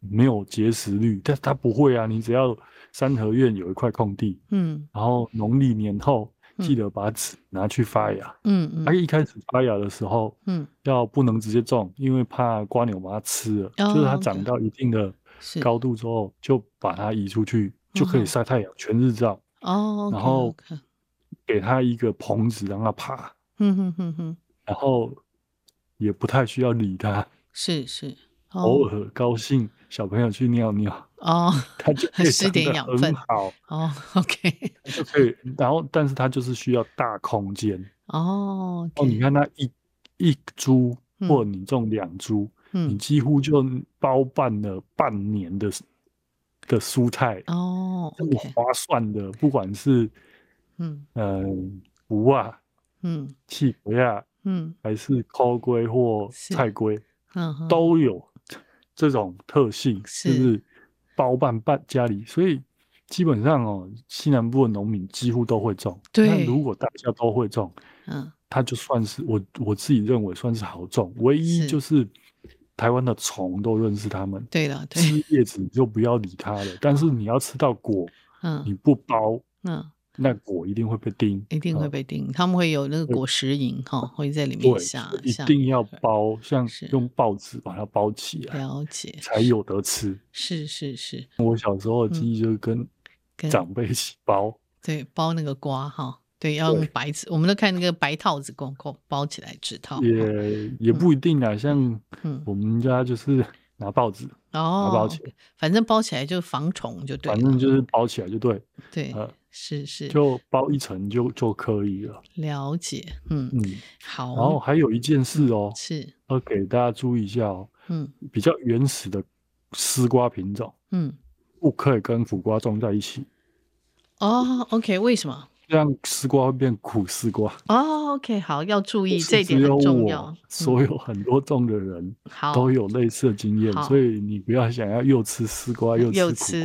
[SPEAKER 2] 没有结实率。但它不会啊，你只要三合院有一块空地，
[SPEAKER 1] 嗯
[SPEAKER 2] 然后农历年后记
[SPEAKER 1] 嗯
[SPEAKER 2] 得把籽拿去发芽。
[SPEAKER 1] 嗯嗯
[SPEAKER 2] 它一开始发芽的时候，
[SPEAKER 1] 嗯，
[SPEAKER 2] 要不能直接种，因为怕瓜牛把它吃了。
[SPEAKER 1] 哦
[SPEAKER 2] 就是它
[SPEAKER 1] OK
[SPEAKER 2] 长到一定的
[SPEAKER 1] 是
[SPEAKER 2] 高度之后，就把它移出去，就
[SPEAKER 1] 嗯
[SPEAKER 2] 可
[SPEAKER 1] 哼
[SPEAKER 2] 以晒太阳，全日照，
[SPEAKER 1] 哦，OK，OK，
[SPEAKER 2] 然后给它一个棚子让它爬，
[SPEAKER 1] 嗯哼哼哼，
[SPEAKER 2] 然后也不太需要理它，
[SPEAKER 1] 是是，哦
[SPEAKER 2] 偶尔高兴小朋友去尿尿，
[SPEAKER 1] 哦
[SPEAKER 2] 它就可以
[SPEAKER 1] 吃
[SPEAKER 2] 长
[SPEAKER 1] 点
[SPEAKER 2] 得
[SPEAKER 1] 养分
[SPEAKER 2] 很好，
[SPEAKER 1] 哦，OK，
[SPEAKER 2] 它就可以。然后，但是它就是需要大空间。
[SPEAKER 1] 哦
[SPEAKER 2] 哦，你
[SPEAKER 1] ，OK，
[SPEAKER 2] 看它一一株，
[SPEAKER 1] 嗯
[SPEAKER 2] 或你种两株，你
[SPEAKER 1] 嗯，
[SPEAKER 2] 几乎就包办了半年的 s- 的蔬菜，
[SPEAKER 1] 哦
[SPEAKER 2] 这么
[SPEAKER 1] ，OK，
[SPEAKER 2] 划算的，不管是
[SPEAKER 1] 嗯
[SPEAKER 2] 呃无啊、
[SPEAKER 1] 嗯
[SPEAKER 2] 气葵啊，
[SPEAKER 1] 嗯
[SPEAKER 2] 还是抠龟或
[SPEAKER 1] 是
[SPEAKER 2] 菜龟，
[SPEAKER 1] 嗯哼，
[SPEAKER 2] 都有这种特性，
[SPEAKER 1] 是
[SPEAKER 2] 就是包办办家里，所以。基本上哦，西南部的农民几乎都会种。那
[SPEAKER 1] 对
[SPEAKER 2] 如果大家都会种，
[SPEAKER 1] 嗯
[SPEAKER 2] 它就算是我我自己认为算是好种。唯一
[SPEAKER 1] 是
[SPEAKER 2] 就是台湾的虫都认识它们，
[SPEAKER 1] 对了对，
[SPEAKER 2] 吃叶子你就不要理它了，但是你要吃到果，你
[SPEAKER 1] 嗯
[SPEAKER 2] 不剥，
[SPEAKER 1] 嗯，
[SPEAKER 2] 那果一定会被叮，
[SPEAKER 1] 一定
[SPEAKER 2] 啊
[SPEAKER 1] 会被叮，他们会有那个
[SPEAKER 2] 对
[SPEAKER 1] 果实蝇哈，会在里面
[SPEAKER 2] 对，
[SPEAKER 1] 下
[SPEAKER 2] 所以一
[SPEAKER 1] 下，
[SPEAKER 2] 定要包，像
[SPEAKER 1] 是
[SPEAKER 2] 用报纸把它包起来，
[SPEAKER 1] 了解，
[SPEAKER 2] 才有得吃。
[SPEAKER 1] 是是是，
[SPEAKER 2] 我小时候的记忆就是跟
[SPEAKER 1] 嗯跟
[SPEAKER 2] 长辈一起包，
[SPEAKER 1] 对，包那个瓜哈，对，要用
[SPEAKER 2] 对
[SPEAKER 1] 白纸，我们都看那个白套子公公包起来纸套，
[SPEAKER 2] 也也不一定啊，像
[SPEAKER 1] 哦嗯，
[SPEAKER 2] 我们家就是拿报纸，
[SPEAKER 1] 哦，
[SPEAKER 2] 包起
[SPEAKER 1] OK，反正包起来就防虫就对了，嗯
[SPEAKER 2] 反正就是包起来就对，
[SPEAKER 1] 对，
[SPEAKER 2] 呃，
[SPEAKER 1] 是是，哦
[SPEAKER 2] 就包一层就就可以了。
[SPEAKER 1] 了解，嗯，
[SPEAKER 2] 嗯，
[SPEAKER 1] 好，
[SPEAKER 2] 然后还有一件
[SPEAKER 1] 嗯
[SPEAKER 2] 事哦，
[SPEAKER 1] 是，
[SPEAKER 2] 要给大家注意一下哦，
[SPEAKER 1] 嗯
[SPEAKER 2] 比较原始的丝瓜品种，
[SPEAKER 1] 嗯，
[SPEAKER 2] 不可以跟苦瓜种在一起。
[SPEAKER 1] 哦，OK，为什么？
[SPEAKER 2] 这样丝瓜会变苦丝瓜。
[SPEAKER 1] 哦，OK，好，要注意
[SPEAKER 2] 不是
[SPEAKER 1] 这一点
[SPEAKER 2] 只有
[SPEAKER 1] 很重
[SPEAKER 2] 我
[SPEAKER 1] 要。嗯
[SPEAKER 2] 所有 很多种的人
[SPEAKER 1] 好，
[SPEAKER 2] 都有类似的经验，
[SPEAKER 1] 好
[SPEAKER 2] 所以你不要想要又吃丝瓜
[SPEAKER 1] 又
[SPEAKER 2] 吃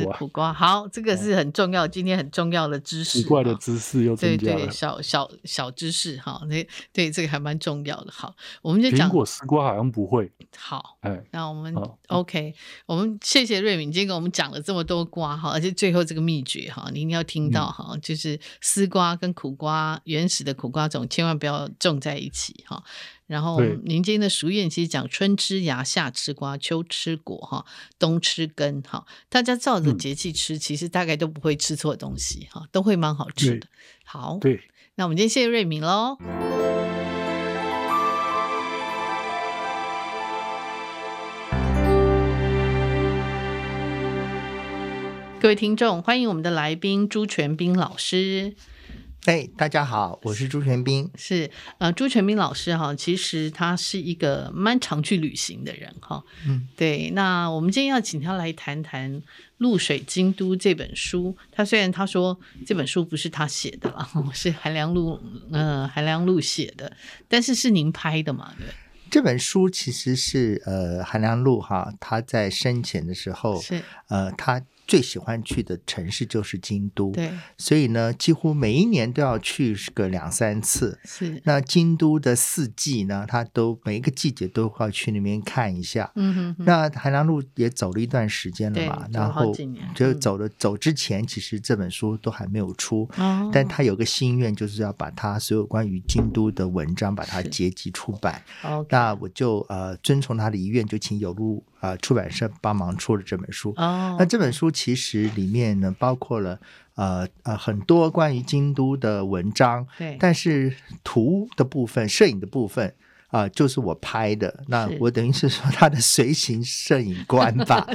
[SPEAKER 1] 吃
[SPEAKER 2] 苦瓜，哦
[SPEAKER 1] 苦瓜，好，这个是很重要，今天很重要的知识
[SPEAKER 2] 奇
[SPEAKER 1] 啊。
[SPEAKER 2] 怪的知识又
[SPEAKER 1] 对
[SPEAKER 2] 增加
[SPEAKER 1] 对，
[SPEAKER 2] 了。
[SPEAKER 1] 小小小知识哈，那对这个还蛮重要的。好，我们就
[SPEAKER 2] 苹
[SPEAKER 1] 讲
[SPEAKER 2] 果丝瓜好像不会，
[SPEAKER 1] 好，
[SPEAKER 2] 哎，
[SPEAKER 1] 那我们
[SPEAKER 2] 好
[SPEAKER 1] OK，我们谢谢瑞敏今天给我们讲了这么多瓜哈，而且最后这个秘诀哈，你一定要听
[SPEAKER 2] 嗯
[SPEAKER 1] 到哈，就是丝瓜跟苦瓜原始的苦瓜种千万不要种在一起哈。然后
[SPEAKER 2] 对
[SPEAKER 1] 民间的俗谚其实讲春吃芽，夏吃瓜，秋吃果哈，冬吃根哈，大家照着
[SPEAKER 2] 嗯
[SPEAKER 1] 节气吃，其实大概都不会吃错东西哈，都会蛮好吃
[SPEAKER 2] 对
[SPEAKER 1] 的。好，
[SPEAKER 2] 对，
[SPEAKER 1] 那我们今天谢谢瑞敏喽。各位听众，欢迎我们的来宾朱全斌老师。
[SPEAKER 3] 哎，大家好，我是朱全斌。
[SPEAKER 1] 是呃，朱全斌老师哈，其实他是一个蛮常去旅行的人哈。
[SPEAKER 3] 嗯，
[SPEAKER 1] 对。那我们今天要请他来谈谈《露水京都》这本书。他虽然他说这本书不是他写的啦， 是韩良露呃韩良露写的，但是是您拍的嘛？对不对，
[SPEAKER 3] 这本书其实是呃韩良露哈，他在生前的时候，
[SPEAKER 1] 是，
[SPEAKER 3] 呃，他最喜欢去的城市就是京都，
[SPEAKER 1] 对，
[SPEAKER 3] 所以呢，几乎每一年都要去个两三次。
[SPEAKER 1] 是，
[SPEAKER 3] 那京都的四季呢，他都每一个季节都要去那边看一下。
[SPEAKER 1] 嗯哼哼，
[SPEAKER 3] 那韩良露也走了一段时间了嘛
[SPEAKER 1] 对，走了
[SPEAKER 3] 然
[SPEAKER 1] 好
[SPEAKER 3] 后
[SPEAKER 1] 几年
[SPEAKER 3] 就
[SPEAKER 1] 嗯
[SPEAKER 3] 走了、走之前，其实这本书都还没有出，
[SPEAKER 1] 哦，
[SPEAKER 3] 但他有个心愿，就是要把他所有关于京都的文章把它
[SPEAKER 1] 是
[SPEAKER 3] 结集出版。
[SPEAKER 1] OK，
[SPEAKER 3] 那我就呃遵从他的遗愿，就请有路啊、呃出版社帮忙出了这本书。
[SPEAKER 1] 哦，
[SPEAKER 3] 那这本书其实里面呢，包括了呃呃很多关于京都的文章，
[SPEAKER 1] 对，
[SPEAKER 3] 但是图的部分、摄影的部分啊、就是我拍的。那
[SPEAKER 1] 是
[SPEAKER 3] 我等于是说他的随行摄影官 吧，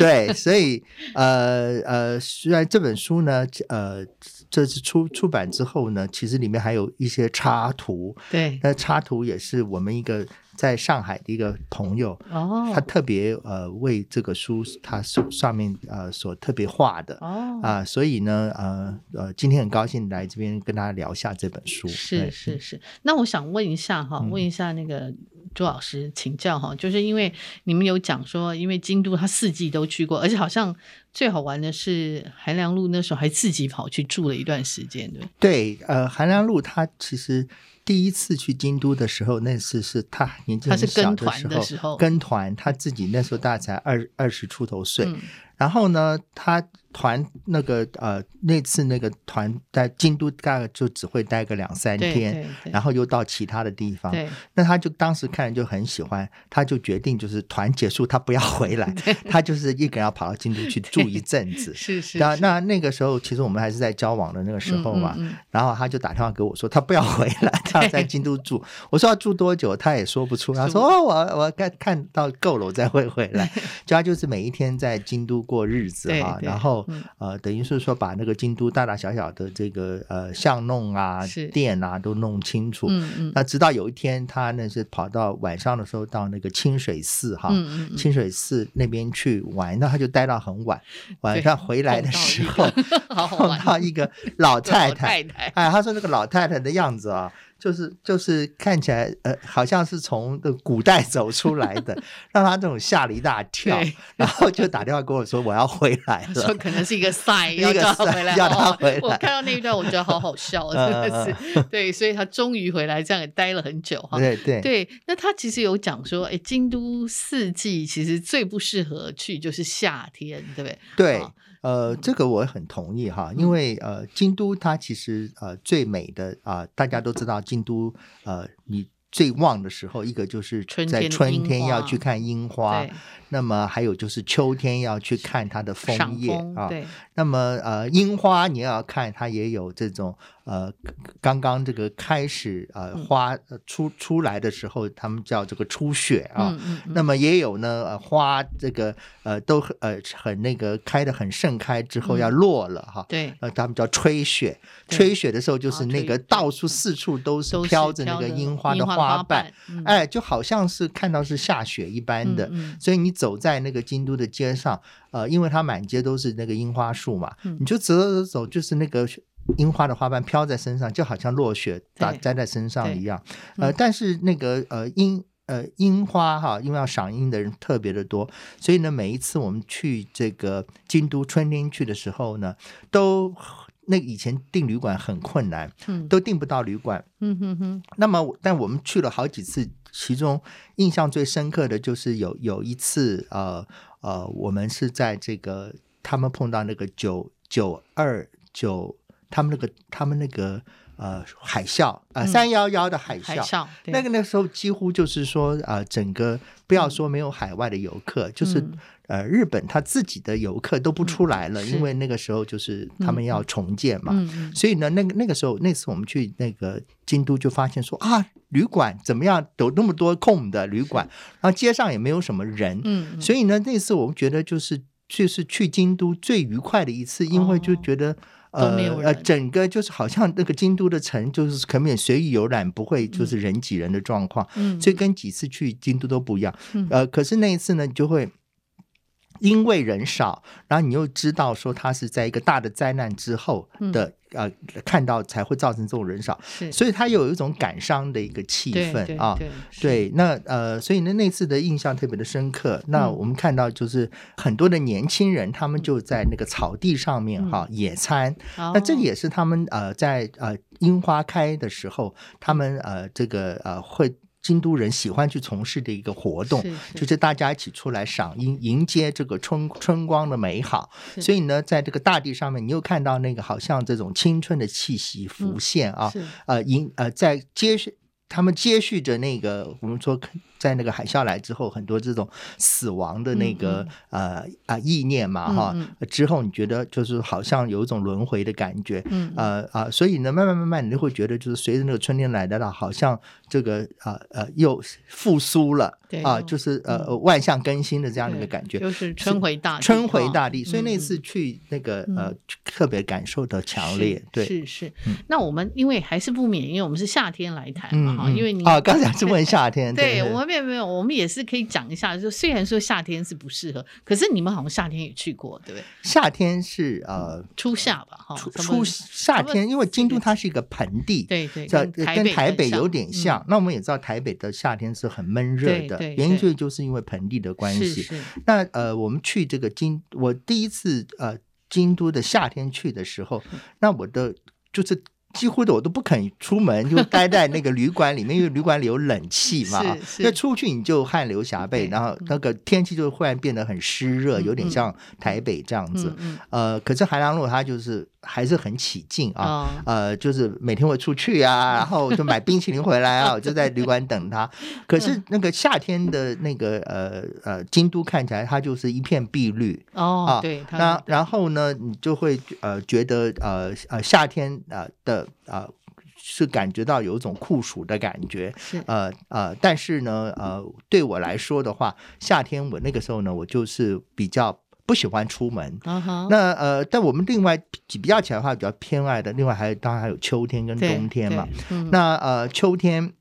[SPEAKER 3] 对。所以呃呃，虽然这本书呢，呃，这次出出版之后呢，其实里面还有一些插图，
[SPEAKER 1] 对，
[SPEAKER 3] 那插图也是我们一个在上海的一个朋友。
[SPEAKER 1] 哦
[SPEAKER 3] 他，特别呃为这个书他所上面呃所特别画的，
[SPEAKER 1] 哦，
[SPEAKER 3] 啊，所以呢，呃呃，今天很高兴来这边跟大家聊一下这本书。
[SPEAKER 1] 是
[SPEAKER 3] 对嗯
[SPEAKER 1] 是是，那我想问一下哈，问一下那个朱老师请教哈，就是因为你们有讲说，因为京都他四季都去过，而且好像最好玩的是韩良路那时候还自己跑去住了一段时间，对不对，
[SPEAKER 3] 对，呃，韩良露他其实第一次去京都的时候，那次是他年纪
[SPEAKER 1] 他
[SPEAKER 3] 很
[SPEAKER 1] 是
[SPEAKER 3] 小
[SPEAKER 1] 跟
[SPEAKER 3] 的
[SPEAKER 1] 团
[SPEAKER 3] 时
[SPEAKER 1] 的
[SPEAKER 3] 候，
[SPEAKER 1] 时候，
[SPEAKER 3] 跟团他自己那时候大概才二二十出头岁，
[SPEAKER 1] 嗯
[SPEAKER 3] 然后呢，他团那个呃那次那个团在京都大概就只会待个两三
[SPEAKER 1] 对
[SPEAKER 3] 天，
[SPEAKER 1] 对对，
[SPEAKER 3] 然后又到其他的地方，
[SPEAKER 1] 对
[SPEAKER 3] 那他就当时看了就很喜欢，他就决定就是团结束他不要回来，他就是一个人要跑到京都去住一阵子。
[SPEAKER 1] 是是
[SPEAKER 3] 那
[SPEAKER 1] 是
[SPEAKER 3] 那那个时候，其实我们还是在交往的那个时候嘛，
[SPEAKER 1] 嗯嗯嗯
[SPEAKER 3] 然后他就打电话给我说他不要回来，他要在京都住。我说要住多久，他也说不出。他
[SPEAKER 1] 是不
[SPEAKER 3] 说哦，我我看看到够了，我再会回 来。就他就是每一天在京都过日子
[SPEAKER 1] 对
[SPEAKER 3] 哈，
[SPEAKER 1] 对
[SPEAKER 3] 然后
[SPEAKER 1] 嗯
[SPEAKER 3] 呃，等于是说把那个京都大大小小的这个呃巷弄啊
[SPEAKER 1] 是、
[SPEAKER 3] 店啊都弄清楚。
[SPEAKER 1] 嗯嗯
[SPEAKER 3] 那直到有一天，他那是跑到晚上的时候到那个清水寺哈，
[SPEAKER 1] 嗯嗯 嗯
[SPEAKER 3] 清水寺那边去玩，那他就待到很晚，晚上回来的 时候
[SPEAKER 1] 碰到一个好好
[SPEAKER 3] 碰
[SPEAKER 1] 玩
[SPEAKER 3] 到一个老太
[SPEAKER 1] 老太，
[SPEAKER 3] 太
[SPEAKER 1] 太
[SPEAKER 3] 哎，他说那个老太太的样子啊，就是就是看起来呃，好像是从那古代走出来的，让他这种吓了一大跳
[SPEAKER 1] 对，
[SPEAKER 3] 然后就打电话跟我说我要回来
[SPEAKER 1] 说
[SPEAKER 3] 了。
[SPEAKER 1] 可能是一个 sign，
[SPEAKER 3] 一
[SPEAKER 1] 要
[SPEAKER 3] 个
[SPEAKER 1] 叫他
[SPEAKER 3] sign，
[SPEAKER 1] 回来，
[SPEAKER 3] 要他
[SPEAKER 1] 哦
[SPEAKER 3] 回来嗯
[SPEAKER 1] 我看到那一段，我觉得好好 笑，真的是对，所以他终于回来，这样也待了很久哈。
[SPEAKER 3] 对对
[SPEAKER 1] 对，那他其实有讲说，哎，京都四季其实最不适合去就是夏天，对不对？
[SPEAKER 3] 对
[SPEAKER 1] 啊，嗯
[SPEAKER 3] 呃，这个我很同意哈，因为呃，京都它其实呃最美的啊、大家都知道京都呃你。最旺的时候，一个就是
[SPEAKER 1] 春
[SPEAKER 3] 在
[SPEAKER 1] 天的樱
[SPEAKER 3] 春天
[SPEAKER 1] 花
[SPEAKER 3] 要去看樱花，
[SPEAKER 1] 对，
[SPEAKER 3] 那么还有就是秋天要去看它的
[SPEAKER 1] 赏
[SPEAKER 3] 枫叶
[SPEAKER 1] 枫，
[SPEAKER 3] 啊。
[SPEAKER 1] 对，嗯
[SPEAKER 3] 那么呃，樱花你也要看，它也有这种呃，刚刚这个开始呃
[SPEAKER 1] 嗯
[SPEAKER 3] 花呃出出来的时候，他们叫这个初雪啊。
[SPEAKER 1] 嗯嗯嗯，
[SPEAKER 3] 那么也有呢，呃，花这个呃都很呃很那个开的很盛开之
[SPEAKER 1] 嗯
[SPEAKER 3] 后要落了哈，
[SPEAKER 1] 对，
[SPEAKER 3] 呃，他们叫吹雪。
[SPEAKER 1] 对
[SPEAKER 3] 吹雪的时候就
[SPEAKER 1] 啊
[SPEAKER 3] 是那
[SPEAKER 1] 吹
[SPEAKER 3] 个到处四处都是
[SPEAKER 1] 都是
[SPEAKER 3] 飘着那
[SPEAKER 1] 飘
[SPEAKER 3] 个
[SPEAKER 1] 着
[SPEAKER 3] 樱花的
[SPEAKER 1] 花
[SPEAKER 3] 花瓣，，
[SPEAKER 1] 嗯
[SPEAKER 3] 哎，就好像是看到是下雪一般的。
[SPEAKER 1] 嗯嗯
[SPEAKER 3] 所以你走在那个京都的街上，呃，因为它满街都是那个樱花树嘛，
[SPEAKER 1] 嗯
[SPEAKER 3] 你就走走走走，就是那个樱花的花瓣飘在身上，就好像落雪打
[SPEAKER 1] 对
[SPEAKER 3] 沾在身上
[SPEAKER 1] 对
[SPEAKER 3] 一样。呃，
[SPEAKER 1] 嗯
[SPEAKER 3] 但是那个呃樱呃樱花哈，因为要赏樱的人特别的多，所以呢，每一次我们去这个京都春天去的时候呢，都那以前订旅馆很困难，
[SPEAKER 1] 嗯
[SPEAKER 3] 都订不到旅馆。
[SPEAKER 1] 嗯哼哼，
[SPEAKER 3] 那么我，但我们去了好几次，其中印象最深刻的就是有有一次，呃呃，我们是在这个他们碰到那个九九二九，他们那个他们那个呃海啸啊
[SPEAKER 1] 嗯
[SPEAKER 3] 三幺幺的海
[SPEAKER 1] 海
[SPEAKER 3] 啸。
[SPEAKER 1] 啸对
[SPEAKER 3] 那个那时候几乎就是说啊、呃整个不要说没有海外的游客，就是
[SPEAKER 1] 嗯
[SPEAKER 3] 呃日本他自己的游客都不出来了，
[SPEAKER 1] 嗯是
[SPEAKER 3] 因为那个时候就是他们要重建嘛，
[SPEAKER 1] 嗯嗯
[SPEAKER 3] 所以呢，那个那个时候，那次我们去那个京都，就发现说啊，旅馆怎么样，有那么多空的旅馆，然后街上也没有什么人，
[SPEAKER 1] 嗯，嗯
[SPEAKER 3] 所以呢，那次我们觉得就是就是去京都最愉快的一次，因为就觉得。
[SPEAKER 1] 哦都
[SPEAKER 3] 呃
[SPEAKER 1] 没有
[SPEAKER 3] 呃，
[SPEAKER 1] 人
[SPEAKER 3] 整个就是好像那个京都的城，就是可免随意游览，不会就是人挤人的状况，
[SPEAKER 1] 嗯
[SPEAKER 3] 所以跟几次去京都都不一样。
[SPEAKER 1] 嗯
[SPEAKER 3] 呃，可是那一次呢，你就会因为人少，然后你又知道说他是在一个大的灾难之后
[SPEAKER 1] 嗯
[SPEAKER 3] 的、呃看到才会造成这种人少，
[SPEAKER 1] 是
[SPEAKER 3] 所以他有一种感伤的一个气
[SPEAKER 1] 对
[SPEAKER 3] 氛
[SPEAKER 1] 对
[SPEAKER 3] 啊。
[SPEAKER 1] 对
[SPEAKER 3] 对，那呃，所以呢，那次的印象特别的深刻。
[SPEAKER 1] 嗯
[SPEAKER 3] 那我们看到就是很多的年轻人，他们就在那个草地上面
[SPEAKER 1] 嗯
[SPEAKER 3] 哈、野餐。
[SPEAKER 1] 那
[SPEAKER 3] 那这个也是他们呃在呃樱花开的时候，他们呃这个呃会京都人喜欢去从事的一个活
[SPEAKER 1] 哦
[SPEAKER 3] 动。就是大家一起出来赏樱，迎接这个春春光的美好。
[SPEAKER 1] 是
[SPEAKER 3] 所以呢，在这个大地上面，你又看到那个好像这种青春的气息浮
[SPEAKER 1] 嗯
[SPEAKER 3] 现啊。
[SPEAKER 1] 是
[SPEAKER 3] 呃引呃在接续。他们接续着那个，我们说在那个海啸来之后，很多这种死亡的那个
[SPEAKER 1] 嗯、
[SPEAKER 3] 呃啊意念嘛哈、
[SPEAKER 1] 嗯
[SPEAKER 3] 之后你觉得就是好像有一种轮回的感觉，
[SPEAKER 1] 嗯嗯
[SPEAKER 3] 呃啊、所以呢，慢慢慢慢你就会觉得，就是随着那个春天来的了，好像这个啊呃又复苏了
[SPEAKER 1] 对
[SPEAKER 3] 啊、
[SPEAKER 1] 又
[SPEAKER 3] 就是呃
[SPEAKER 1] 嗯
[SPEAKER 3] 万象更新的这样的一个
[SPEAKER 1] 对
[SPEAKER 3] 感觉，
[SPEAKER 1] 就是春回大地
[SPEAKER 3] 春回
[SPEAKER 1] 哈
[SPEAKER 3] 大地。所以那
[SPEAKER 1] 嗯
[SPEAKER 3] 次去那个、
[SPEAKER 1] 嗯
[SPEAKER 3] 呃特别感受的强
[SPEAKER 1] 是
[SPEAKER 3] 烈，对。
[SPEAKER 1] 是是
[SPEAKER 3] 嗯。
[SPEAKER 1] 那我们因为还是不免，因为我们是夏天来谈嘛哈，
[SPEAKER 3] 嗯，
[SPEAKER 1] 因为你
[SPEAKER 3] 啊，刚才是问夏天，
[SPEAKER 1] 对
[SPEAKER 3] 对
[SPEAKER 1] 我们没有没有，我们也是可以讲一下，就虽然说夏天是不适合，可是你们好像夏天也去过，对不对？
[SPEAKER 3] 夏天是呃
[SPEAKER 1] 初夏吧，哈，
[SPEAKER 3] 初
[SPEAKER 1] 咱
[SPEAKER 3] 初
[SPEAKER 1] 们
[SPEAKER 3] 夏
[SPEAKER 1] 们
[SPEAKER 3] 天，因为京都它是一个盆地。
[SPEAKER 1] 对对，
[SPEAKER 3] 这
[SPEAKER 1] 台
[SPEAKER 3] 跟台北
[SPEAKER 1] 很嗯
[SPEAKER 3] 有点像，，那我们也知道台北的夏天是很闷热
[SPEAKER 1] 对
[SPEAKER 3] 的，
[SPEAKER 1] 对
[SPEAKER 3] 原因
[SPEAKER 1] 对
[SPEAKER 3] 就就是因为盆地的
[SPEAKER 1] 嗯
[SPEAKER 3] 关
[SPEAKER 1] 是
[SPEAKER 3] 系。
[SPEAKER 1] 是，
[SPEAKER 3] 那呃，我们去这个京，我第一次呃京都的夏天去的时候，
[SPEAKER 1] 嗯
[SPEAKER 3] 那我的就是几乎的我都不肯出门，就待在那个旅馆里面，因为旅馆里有冷气嘛，啊
[SPEAKER 1] 是是
[SPEAKER 3] 那出去你就汗流浃背，
[SPEAKER 1] 对
[SPEAKER 3] 然后那个天气就忽然变得很湿热，
[SPEAKER 1] 嗯
[SPEAKER 3] 有点
[SPEAKER 1] 嗯
[SPEAKER 3] 像台北这样子
[SPEAKER 1] 嗯。嗯
[SPEAKER 3] 呃，可是海浪路它就是还是很起劲啊。
[SPEAKER 1] 啊，
[SPEAKER 3] 呃，就是每天会出去啊，然后就买冰淇淋回来啊，我就在旅馆等他。可是那个夏天的那个呃呃，京都看起来它就是一片碧绿，
[SPEAKER 1] 哦
[SPEAKER 3] 啊，
[SPEAKER 1] 对，它
[SPEAKER 3] 那然后呢，你就会呃觉得呃呃夏天呃的呃是感觉到有一种酷暑的感觉，
[SPEAKER 1] 是
[SPEAKER 3] 呃呃，但是呢呃对我来说的话，夏天我那个时候呢，我就是比较不喜欢出门。
[SPEAKER 1] 啊哈，
[SPEAKER 3] 那呃，但我们另外比比较起来的话，比较偏爱的，另外还有当然还有秋天跟
[SPEAKER 1] 对
[SPEAKER 3] 冬天嘛。，
[SPEAKER 1] 对嗯
[SPEAKER 3] 那呃，秋天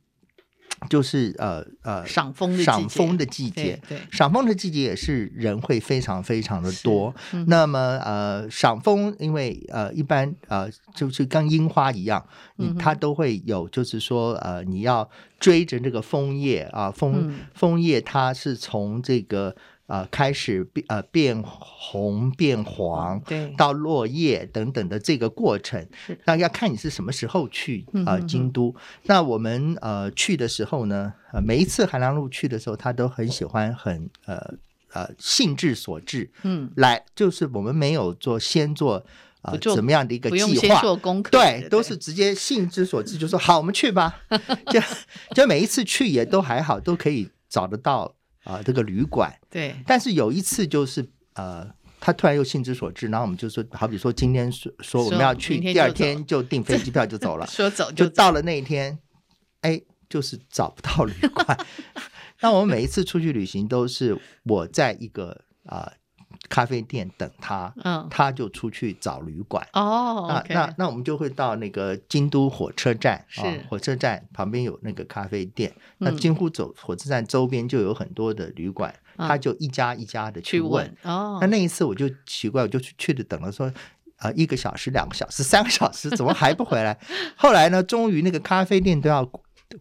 [SPEAKER 3] 就是呃呃
[SPEAKER 1] 赏枫的季
[SPEAKER 3] 赏
[SPEAKER 1] 节
[SPEAKER 3] 枫的季节
[SPEAKER 1] 对，对
[SPEAKER 3] 赏枫的季节也是人会非常非常的
[SPEAKER 1] 是
[SPEAKER 3] 多。
[SPEAKER 1] 嗯
[SPEAKER 3] 那么呃，赏枫因为呃一般呃就是跟樱花一样，你
[SPEAKER 1] 嗯哼
[SPEAKER 3] 它都会有，就是说呃你要追着这个枫叶啊，枫
[SPEAKER 1] 嗯
[SPEAKER 3] 枫叶它是从这个呃开始变呃变红变黄，
[SPEAKER 1] 对
[SPEAKER 3] 到落叶等等的这个过程
[SPEAKER 1] 是。
[SPEAKER 3] 那要看你是什么时候去
[SPEAKER 1] 嗯
[SPEAKER 3] 啊、呃
[SPEAKER 1] 哼
[SPEAKER 3] 京都。那我们呃去的时候呢，呃每一次韩良路去的时候，他都很喜欢很呃呃兴致所致，
[SPEAKER 1] 嗯
[SPEAKER 3] 来就是我们没有做先做
[SPEAKER 1] 不
[SPEAKER 3] 呃
[SPEAKER 1] 做
[SPEAKER 3] 怎么样的一个
[SPEAKER 1] 不用
[SPEAKER 3] 计
[SPEAKER 1] 先
[SPEAKER 3] 划。
[SPEAKER 1] 做功课，
[SPEAKER 3] 对，都是直接兴之所至，就说好，我们去吧。 就就每一次去也都还好，都可以找得到啊、呃这个旅馆。
[SPEAKER 1] 对
[SPEAKER 3] 但是有一次就是呃，他突然又兴之所至，然后我们就说，好比说今天说说我们
[SPEAKER 1] 说
[SPEAKER 3] 要去，
[SPEAKER 1] 明天
[SPEAKER 3] 第二
[SPEAKER 1] 就走，
[SPEAKER 3] 天就订飞机票就走了
[SPEAKER 1] 说走
[SPEAKER 3] 就
[SPEAKER 1] 就走
[SPEAKER 3] 到了那一天，哎，就是找不到旅馆。那我们每一次出去旅行都是我在一个啊、呃咖啡店等他，
[SPEAKER 1] 嗯
[SPEAKER 3] 他就出去找旅馆。
[SPEAKER 1] 哦
[SPEAKER 3] 那
[SPEAKER 1] ，OK，
[SPEAKER 3] 啊那那我们就会到那个京都火车站
[SPEAKER 1] 是
[SPEAKER 3] 啊，火车站旁边有那个咖啡店，那
[SPEAKER 1] 嗯
[SPEAKER 3] 京都走火车站周边就有很多的旅馆，
[SPEAKER 1] 嗯
[SPEAKER 3] 他就一家一家的
[SPEAKER 1] 去
[SPEAKER 3] 问。
[SPEAKER 1] 问哦
[SPEAKER 3] 那，那一次我就奇怪，我就去去的等了说。呃一个小时、两个小时、三个小时，怎么还不回来？后来呢，终于那个咖啡店都要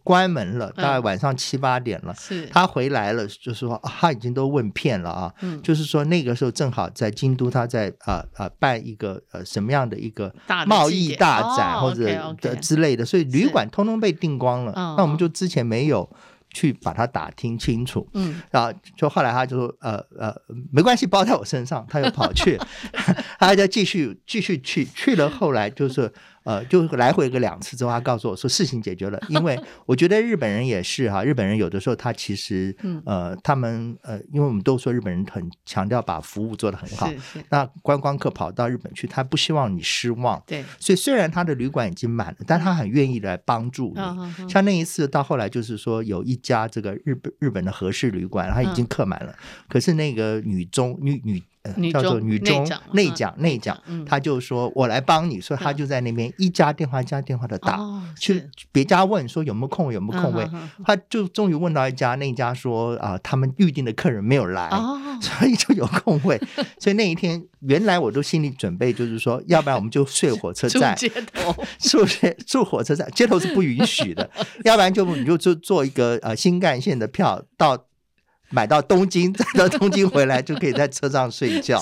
[SPEAKER 3] 关门了，大概晚上七八点了。
[SPEAKER 1] 嗯是，
[SPEAKER 3] 他回来了，就说、啊他已经都问遍了啊，
[SPEAKER 1] 嗯，
[SPEAKER 3] 就是说那个时候正好在京都，他在呃呃办一个呃什么样的一个
[SPEAKER 1] 大的
[SPEAKER 3] 贸
[SPEAKER 1] 季
[SPEAKER 3] 易
[SPEAKER 1] 节
[SPEAKER 3] 大展
[SPEAKER 1] 哦
[SPEAKER 3] 或者
[SPEAKER 1] OK，OK
[SPEAKER 3] 的之类的，所以旅
[SPEAKER 1] 是
[SPEAKER 3] 馆通通被订光了
[SPEAKER 1] 嗯。
[SPEAKER 3] 那我们
[SPEAKER 1] 嗯
[SPEAKER 3] 就之前没有去把它打听清楚。
[SPEAKER 1] 嗯，
[SPEAKER 3] 然后啊就后来他就说，呃呃，没关系，包在我身上。他又跑 去， 他就继续继续去去了。后来就是呃，就来回个两次之后，他告诉我说事情解决了。因为我觉得日本人也是哈、日本人有的时候他其实
[SPEAKER 1] 嗯
[SPEAKER 3] 呃，他们呃，因为我们都说日本人很强调把服务做得很好，
[SPEAKER 1] 是是，
[SPEAKER 3] 那观光客跑到日本去，他不希望你失望。
[SPEAKER 1] 对，
[SPEAKER 3] 所以虽然他的旅馆已经满了，但他很愿意来帮助你。
[SPEAKER 1] 嗯嗯嗯
[SPEAKER 3] 像那一次到后来，就是说有一家这个日本日本的和式旅馆，它已
[SPEAKER 1] 嗯
[SPEAKER 3] 经客满了，可是那个女中女女、呃
[SPEAKER 1] 女
[SPEAKER 3] 叫做
[SPEAKER 1] 中
[SPEAKER 3] 女
[SPEAKER 1] 内
[SPEAKER 3] 中
[SPEAKER 1] 长嘛
[SPEAKER 3] 内
[SPEAKER 1] 嗯
[SPEAKER 3] 讲内讲
[SPEAKER 1] 嗯，
[SPEAKER 3] 他就说我来帮你，所以他就在那边一家电话一家电话的打，
[SPEAKER 1] 哦
[SPEAKER 3] 去
[SPEAKER 1] 是
[SPEAKER 3] 别家问说有没有空位有没有空位
[SPEAKER 1] 嗯嗯嗯，
[SPEAKER 3] 他就终于问到一家，那一家说啊、他们预定的客人没有来，
[SPEAKER 1] 哦，
[SPEAKER 3] 所以就有空 位。所以那一天，原来我都心里准备，就是说，要不然我们就睡火车
[SPEAKER 1] 住
[SPEAKER 3] 站，
[SPEAKER 1] 街头，
[SPEAKER 3] 住街住火车站，街头是不允 许的，要不然就你就就坐一个呃新干线的票到。买到东京，再到东京回来就可以在车上 睡觉。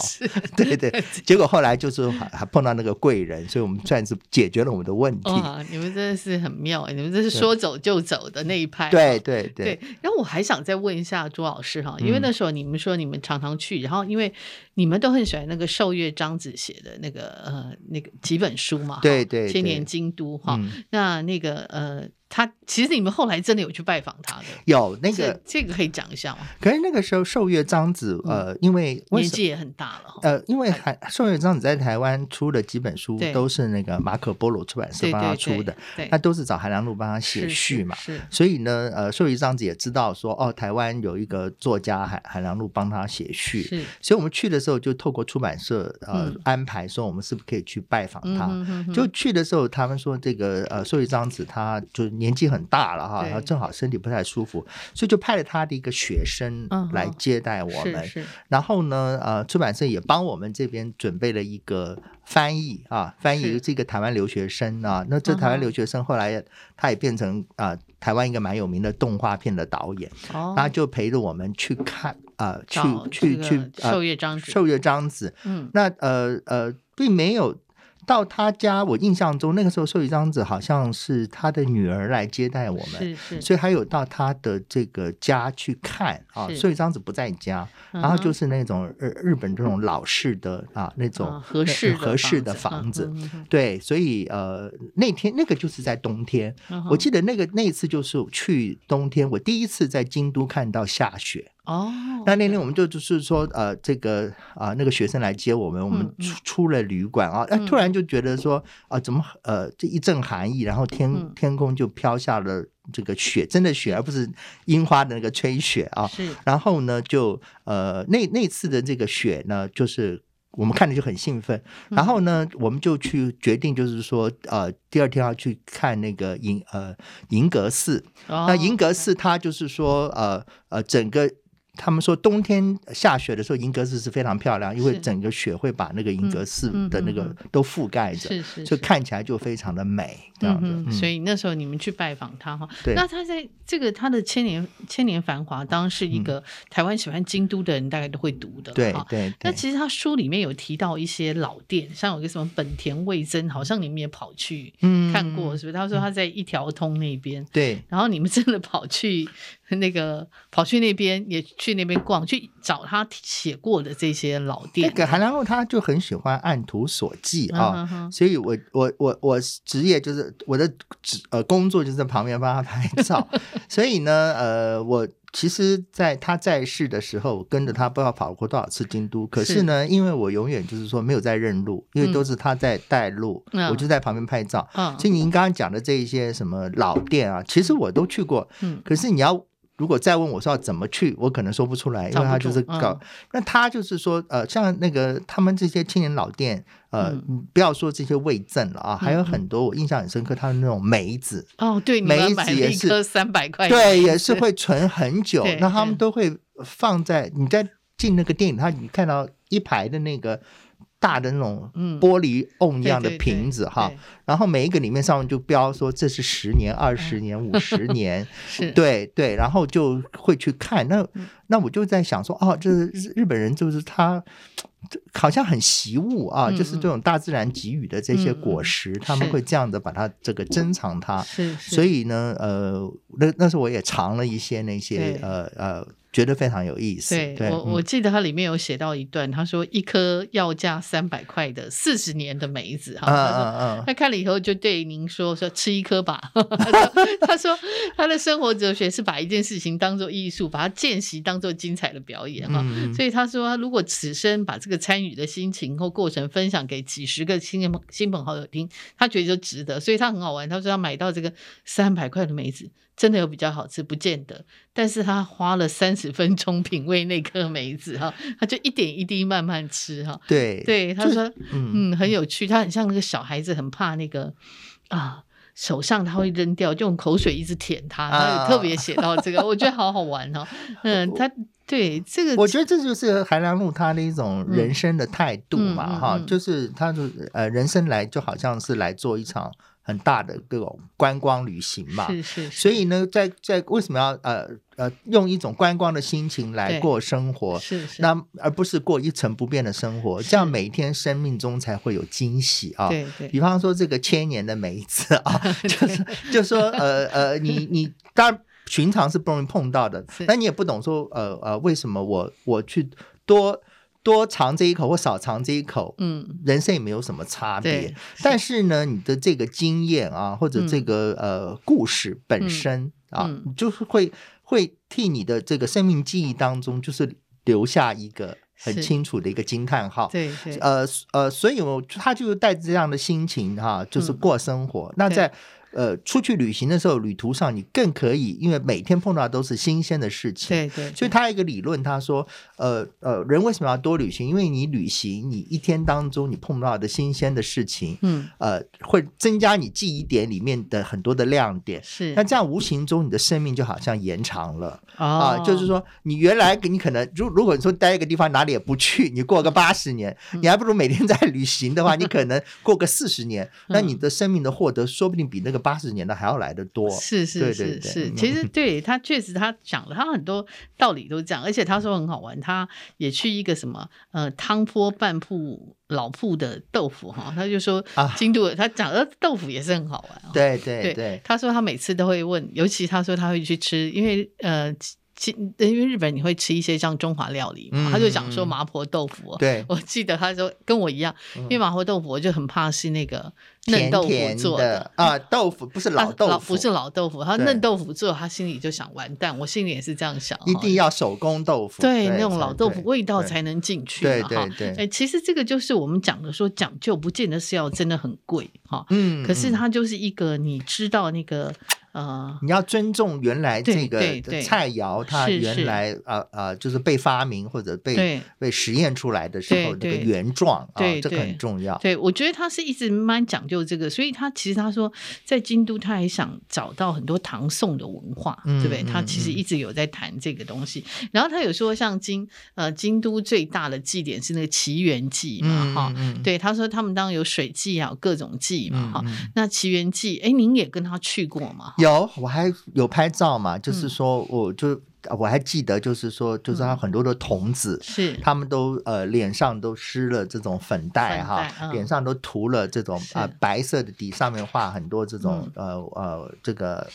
[SPEAKER 3] 对对，结果后来就是还还碰到那个贵人，所以我们算是解决了我们的问题。
[SPEAKER 1] 哇，你们真的是很妙哎，你们这是说走就走的那一派，啊
[SPEAKER 3] 对对
[SPEAKER 1] 对
[SPEAKER 3] 对，，
[SPEAKER 1] 然后我还想再问一下朱老师哈，因为
[SPEAKER 3] 嗯
[SPEAKER 1] 那时候你们说你们常常去，然后因为你们都很喜欢那个寿月章子写的那个呃那个几本书嘛，哈
[SPEAKER 3] 对对
[SPEAKER 1] 千年
[SPEAKER 3] 对
[SPEAKER 1] 京都》哈，
[SPEAKER 3] 嗯
[SPEAKER 1] 那那个呃，他其实你们后来真的有去拜访他的，
[SPEAKER 3] 有那
[SPEAKER 1] 这
[SPEAKER 3] 个，
[SPEAKER 1] 这个可以讲一下吗？
[SPEAKER 3] 可是那个时候寿月章子，呃，因为为
[SPEAKER 1] 嗯年
[SPEAKER 3] 什
[SPEAKER 1] 纪也很大了哈，
[SPEAKER 3] 呃，因为韩宋月章子在台湾出的几本书
[SPEAKER 1] 对
[SPEAKER 3] 都是那个马可波罗出版社
[SPEAKER 1] 对
[SPEAKER 3] 帮他
[SPEAKER 1] 对
[SPEAKER 3] 出的，，
[SPEAKER 1] 对，
[SPEAKER 3] 那都是找韩良露帮他
[SPEAKER 1] 是
[SPEAKER 3] 写序嘛。
[SPEAKER 1] 是是
[SPEAKER 3] 所以呢，呃，寿月章子也知道说，哦，台湾有一个作家韩韩良露帮他写序，
[SPEAKER 1] 是，
[SPEAKER 3] 所以我们去的时候就透过出版社呃、
[SPEAKER 1] 嗯
[SPEAKER 3] 安排说，我们是不是可以去拜访他？
[SPEAKER 1] 嗯哼哼哼
[SPEAKER 3] 就去的时候，他们说这个呃，寿一章子他就年纪很大了哈，
[SPEAKER 1] 对
[SPEAKER 3] 然后正好身体不太舒服，所以就派了他的一个学生
[SPEAKER 1] 嗯哼
[SPEAKER 3] 来接待我们。
[SPEAKER 1] 是是
[SPEAKER 3] 然后呢，呃，出版社也帮我们这边准备了一个翻译啊，翻译
[SPEAKER 1] 是
[SPEAKER 3] 这个台湾留学生啊。那
[SPEAKER 1] 嗯
[SPEAKER 3] 这
[SPEAKER 1] 哼
[SPEAKER 3] 台湾留学生后来他也变成啊、呃台湾一个蛮有名的动画片的导演，
[SPEAKER 1] 哦，
[SPEAKER 3] 他就陪着我们去看啊、呃
[SPEAKER 1] 找
[SPEAKER 3] 去去
[SPEAKER 1] 这
[SPEAKER 3] 去
[SPEAKER 1] 个
[SPEAKER 3] 呃
[SPEAKER 1] 寿月章子，
[SPEAKER 3] 寿月章子。
[SPEAKER 1] 嗯
[SPEAKER 3] 那呃呃，并没有到他家，我印象中那个时候寿月章子好像是他的女儿来接待我们。
[SPEAKER 1] 是是，
[SPEAKER 3] 所以还有到他的这个家去看啊，
[SPEAKER 1] 是
[SPEAKER 3] 寿月章子不在家，
[SPEAKER 1] 嗯
[SPEAKER 3] 然后就是那种日日本这种老式的啊那种
[SPEAKER 1] 啊合适的
[SPEAKER 3] 合适的
[SPEAKER 1] 房
[SPEAKER 3] 房
[SPEAKER 1] 子
[SPEAKER 3] 子
[SPEAKER 1] 嗯嗯嗯嗯，
[SPEAKER 3] 对，所以呃那天那个就是在冬天，我
[SPEAKER 1] 我
[SPEAKER 3] 记得那个那一次就是去冬天，我第一次在京都看到下雪。
[SPEAKER 1] 哦，
[SPEAKER 3] 那那天我们就就是说，呃，这个啊、那个学生来接我们，我们
[SPEAKER 1] 嗯嗯
[SPEAKER 3] 出出了旅馆啊，哎、
[SPEAKER 1] 嗯
[SPEAKER 3] 突然就觉得说，啊、怎么呃这一阵寒意，然后天
[SPEAKER 1] 嗯
[SPEAKER 3] 天空就飘下了这个雪，真的雪，而不是樱花的那个吹雪啊。
[SPEAKER 1] 是嗯
[SPEAKER 3] 然后呢，就呃那那次的这个雪呢，就是我们看着就很兴奋。
[SPEAKER 1] 嗯
[SPEAKER 3] 然后呢，我们就去决定，就是说呃第二天要去看那个银呃银阁寺。那
[SPEAKER 1] 那
[SPEAKER 3] 银阁
[SPEAKER 1] 哦
[SPEAKER 3] 寺它就是说呃呃整个。他们说冬天下雪的时候，银阁寺是非常漂亮，因为
[SPEAKER 1] 是
[SPEAKER 3] 整个雪会把那个银阁寺的那
[SPEAKER 1] 嗯嗯
[SPEAKER 3] 个
[SPEAKER 1] 嗯
[SPEAKER 3] 都覆盖着，
[SPEAKER 1] 是是
[SPEAKER 3] 所以
[SPEAKER 1] 是
[SPEAKER 3] 看起来就非常的美。这样
[SPEAKER 1] 嗯
[SPEAKER 3] 子，
[SPEAKER 1] 哼，
[SPEAKER 3] 嗯
[SPEAKER 1] 所以那时候你们去拜访他哈，
[SPEAKER 3] 对
[SPEAKER 1] 那他在这个他的《千年千年繁华》，当然是一个台湾喜欢京都的人大概都会读的，
[SPEAKER 3] 嗯对
[SPEAKER 1] 哈。
[SPEAKER 3] 对
[SPEAKER 1] 那
[SPEAKER 3] 对，
[SPEAKER 1] 其实他书里面有提到一些老店，像有一个什么本田味增，好像你们也跑去
[SPEAKER 3] 嗯
[SPEAKER 1] 看过，是不是？他说他在一条通那边，
[SPEAKER 3] 对
[SPEAKER 1] 然后你们真的跑去那个跑去那边，也去那边逛，去找他写过的这些老
[SPEAKER 3] 那
[SPEAKER 1] 店。
[SPEAKER 3] 个韩良露他就很喜欢按图索骥啊
[SPEAKER 1] 嗯，哼哼
[SPEAKER 3] 所以我我我我职业就是我的职呃工作就是在旁边帮他拍 照，所以呢呃我其实在他在世的时候，我跟着他不知道跑过多少次京都，可
[SPEAKER 1] 是
[SPEAKER 3] 是呢，因为我永远就是说没有在认路，因为都是他在带路，
[SPEAKER 1] 嗯
[SPEAKER 3] 我就在旁边拍照。
[SPEAKER 1] 嗯
[SPEAKER 3] 所以您刚刚讲的这一些什么老店啊，其实我都去过，
[SPEAKER 1] 嗯
[SPEAKER 3] 可是你要。如果再问我说要怎么去，我可能说不出来，因
[SPEAKER 1] 找
[SPEAKER 3] 为
[SPEAKER 1] 不
[SPEAKER 3] 他就
[SPEAKER 1] 住
[SPEAKER 3] 是搞、
[SPEAKER 1] 嗯
[SPEAKER 3] 那他就是说，呃，像那个他们这些青年老店，呃，
[SPEAKER 1] 嗯
[SPEAKER 3] 嗯不要说这些味赠了啊，还有很多我印象很深刻，他的那种梅子，
[SPEAKER 1] 哦，对，你们要
[SPEAKER 3] 梅
[SPEAKER 1] 买
[SPEAKER 3] 子
[SPEAKER 1] 了
[SPEAKER 3] 也
[SPEAKER 1] 一
[SPEAKER 3] 是
[SPEAKER 1] 颗三百块的梅子，
[SPEAKER 3] 对，也是会存很久
[SPEAKER 1] 对。
[SPEAKER 3] 那他们
[SPEAKER 1] 对
[SPEAKER 3] 都会放在你在进那个店里，他你看到一排的那个大的那种
[SPEAKER 1] 嗯
[SPEAKER 3] 玻璃瓮一样的
[SPEAKER 1] 对对对
[SPEAKER 3] 瓶子哈，
[SPEAKER 1] 对
[SPEAKER 3] 然后每一个里面上面就标说这是十年、二
[SPEAKER 1] 嗯
[SPEAKER 3] 十年、五十年，
[SPEAKER 1] 是，
[SPEAKER 3] 对对，然后就会去看。那
[SPEAKER 1] 嗯
[SPEAKER 3] 那我就在想说，哦，这日日本人就是他。这好像很习物啊，
[SPEAKER 1] 嗯
[SPEAKER 3] 就是这种大自然给予的这些
[SPEAKER 1] 嗯嗯
[SPEAKER 3] 果实，他们
[SPEAKER 1] 是
[SPEAKER 3] 会这样的把它这个珍藏它。
[SPEAKER 1] 是，是
[SPEAKER 3] 所以呢，呃，那那时候我也尝了一些那些
[SPEAKER 1] 对
[SPEAKER 3] 呃呃，觉得非常有意思。
[SPEAKER 1] 对
[SPEAKER 3] 对，
[SPEAKER 1] 我我
[SPEAKER 3] 嗯
[SPEAKER 1] 记得它里面有写到一段，他说一颗要价三百块的四十年的梅子哈，
[SPEAKER 3] 嗯
[SPEAKER 1] 他说
[SPEAKER 3] 嗯嗯，
[SPEAKER 1] 他看了以后就对您说说吃一颗吧。他说他说他的生活哲学是把一件事情当做艺术，把它见习当做精彩的表演哈。
[SPEAKER 3] 嗯
[SPEAKER 1] 所以他说，如果此生把这个参与的心情或过程分享给几十个亲朋亲朋好友听，他觉得就值得。所以他很好玩，他说他买到这个三百块的梅子，真的有比较好吃，不见得。但是他花了三十分钟品味那颗梅子哈，他就一点一滴慢慢吃哈。
[SPEAKER 3] 对
[SPEAKER 1] 对，他说，
[SPEAKER 3] 嗯
[SPEAKER 1] 嗯，很有趣，他很像那个小孩子，很怕那个啊。手上他会扔掉，就用口水一直舔它。他有特
[SPEAKER 3] 啊
[SPEAKER 1] 别写到这个，我觉得好好玩 哦。嗯，他对这个
[SPEAKER 3] 我觉得这就是韩良露他的一种人生的态度嘛，
[SPEAKER 1] 嗯嗯
[SPEAKER 3] 哈，
[SPEAKER 1] 嗯
[SPEAKER 3] 就是他就呃，人生来就好像是来做一场很大的这种观光旅行嘛。
[SPEAKER 1] 是是是，
[SPEAKER 3] 啊所以呢，在在为什么要呃呃用一种观光的心情来
[SPEAKER 1] 对
[SPEAKER 3] 过生活？
[SPEAKER 1] 是是
[SPEAKER 3] 那而不是过一成不变的生活，
[SPEAKER 1] 是
[SPEAKER 3] 这样每天生命中才会有惊喜啊！
[SPEAKER 1] 对对
[SPEAKER 3] 比方说这个千年的梅子 啊， 就是就说呃呃，你你当然寻常是不容易碰到的
[SPEAKER 1] 是，
[SPEAKER 3] 那你也不懂说呃呃，为什么我我去多多尝这一口或少尝这一口，
[SPEAKER 1] 嗯，
[SPEAKER 3] 人生也没有什么差别
[SPEAKER 1] 对。，
[SPEAKER 3] 但
[SPEAKER 1] 是
[SPEAKER 3] 是呢，你的这个经验啊，或者这个、呃故事本身啊，
[SPEAKER 1] 嗯
[SPEAKER 3] 你就是会会替你的这个生命记忆当中，就是留下一个很
[SPEAKER 1] 是
[SPEAKER 3] 清楚的一个惊叹号。
[SPEAKER 1] 对对
[SPEAKER 3] 呃呃，所以我他就带着这样的心情哈、就是
[SPEAKER 1] 嗯
[SPEAKER 3] 过生活。那
[SPEAKER 1] 对
[SPEAKER 3] 在呃出去旅行的时候，旅途上你更可以，因为每天碰到都是新鲜的事情。
[SPEAKER 1] 对对，
[SPEAKER 3] 所
[SPEAKER 1] 对
[SPEAKER 3] 以他有一个理论，他说，呃呃，人为什么要多旅行？因为你旅行，你一天当中你碰到的新鲜的事情，
[SPEAKER 1] 嗯
[SPEAKER 3] 呃，会增加你记忆点里面的很多的亮点。
[SPEAKER 1] 是
[SPEAKER 3] 那这样无形中你的生命就好像延长了啊、
[SPEAKER 1] 哦，
[SPEAKER 3] 就是说你原来你可能，如如果你说待一个地方哪里也不去， 你过个八十年，
[SPEAKER 1] 嗯
[SPEAKER 3] 你还不如每天在旅行的话，你可能过个四十 年，
[SPEAKER 1] 嗯
[SPEAKER 3] 那你的生命的获得说不定比那个八十年的还要来得多。
[SPEAKER 1] 是是
[SPEAKER 3] 对嗯
[SPEAKER 1] 是
[SPEAKER 3] 对
[SPEAKER 1] 是，
[SPEAKER 3] 对
[SPEAKER 1] 其实对他确实他讲了，他很多道理都讲，而且他说很好玩，他也去一个什么呃汤坡半铺老铺的豆腐哈，他就说
[SPEAKER 3] 啊
[SPEAKER 1] 京都的他讲的豆腐也是很好玩哦，
[SPEAKER 3] 对对
[SPEAKER 1] 对
[SPEAKER 3] 对，
[SPEAKER 1] 他说他每次都会问，尤其他说他会去吃，因为呃。其因为日本你会吃一些像中华料理嘛，
[SPEAKER 3] 嗯
[SPEAKER 1] 他就讲说
[SPEAKER 3] 嗯嗯
[SPEAKER 1] 麻婆豆腐哦、
[SPEAKER 3] 对
[SPEAKER 1] 我记得他说跟我一样，因为麻婆豆腐我就很怕是那个嫩
[SPEAKER 3] 嗯甜
[SPEAKER 1] 豆腐
[SPEAKER 3] 甜
[SPEAKER 1] 做
[SPEAKER 3] 的 啊，豆腐不是
[SPEAKER 1] 他
[SPEAKER 3] 老豆腐，
[SPEAKER 1] 不是老豆腐，他
[SPEAKER 3] 对
[SPEAKER 1] 嫩豆腐做，他心里就想完蛋。我哦心里也是这样想，
[SPEAKER 3] 一
[SPEAKER 1] 哈
[SPEAKER 3] 定要手工豆腐，
[SPEAKER 1] 对那种老豆腐
[SPEAKER 3] 对
[SPEAKER 1] 味道
[SPEAKER 3] 对
[SPEAKER 1] 才能进去
[SPEAKER 3] 对
[SPEAKER 1] 嘛
[SPEAKER 3] 对
[SPEAKER 1] 哈。
[SPEAKER 3] 对
[SPEAKER 1] 哎，其实这个就是我们讲的说讲究，不见得是要真的很贵哈。
[SPEAKER 3] 嗯，
[SPEAKER 1] 可是
[SPEAKER 3] 嗯
[SPEAKER 1] 它就是一个你知道那个呃，
[SPEAKER 3] 你要尊重原来
[SPEAKER 1] 对
[SPEAKER 3] 这个
[SPEAKER 1] 对对
[SPEAKER 3] 菜肴，它
[SPEAKER 1] 是是
[SPEAKER 3] 原来呃呃，就是被发明或者被
[SPEAKER 1] 对
[SPEAKER 3] 被实验出来的时候那
[SPEAKER 1] 对
[SPEAKER 3] 个
[SPEAKER 1] 对
[SPEAKER 3] 原状啊
[SPEAKER 1] 对，
[SPEAKER 3] 这个
[SPEAKER 1] 对
[SPEAKER 3] 很重要。
[SPEAKER 1] 对，我觉得他是一直蛮讲究这个，所以他其实他说在京都，他还想找到很多唐宋的文化，
[SPEAKER 3] 嗯
[SPEAKER 1] 对不对？
[SPEAKER 3] 嗯
[SPEAKER 1] 他其实
[SPEAKER 3] 嗯
[SPEAKER 1] 一直有在谈这个东西。然后他有说，像京呃京都最大的祭典是那个祈愿祭嘛，哈、
[SPEAKER 3] 嗯，
[SPEAKER 1] 对，他说他们当然有水祭啊，有各种祭嘛，
[SPEAKER 3] 嗯
[SPEAKER 1] 哈、
[SPEAKER 3] 嗯
[SPEAKER 1] 那祈愿祭，哎，您也跟他去过嘛？
[SPEAKER 3] 有我还有拍照嘛，
[SPEAKER 1] 嗯
[SPEAKER 3] 就是说我就我还记得，就是说就是它很多的童子，
[SPEAKER 1] 是，
[SPEAKER 3] 他们都呃脸上都施了这种粉黛
[SPEAKER 1] 粉
[SPEAKER 3] 哈
[SPEAKER 1] 黛，嗯
[SPEAKER 3] 脸上都涂了这种
[SPEAKER 1] 是嗯
[SPEAKER 3] 啊、呃白色的底，上面画很多这种、呃呃这个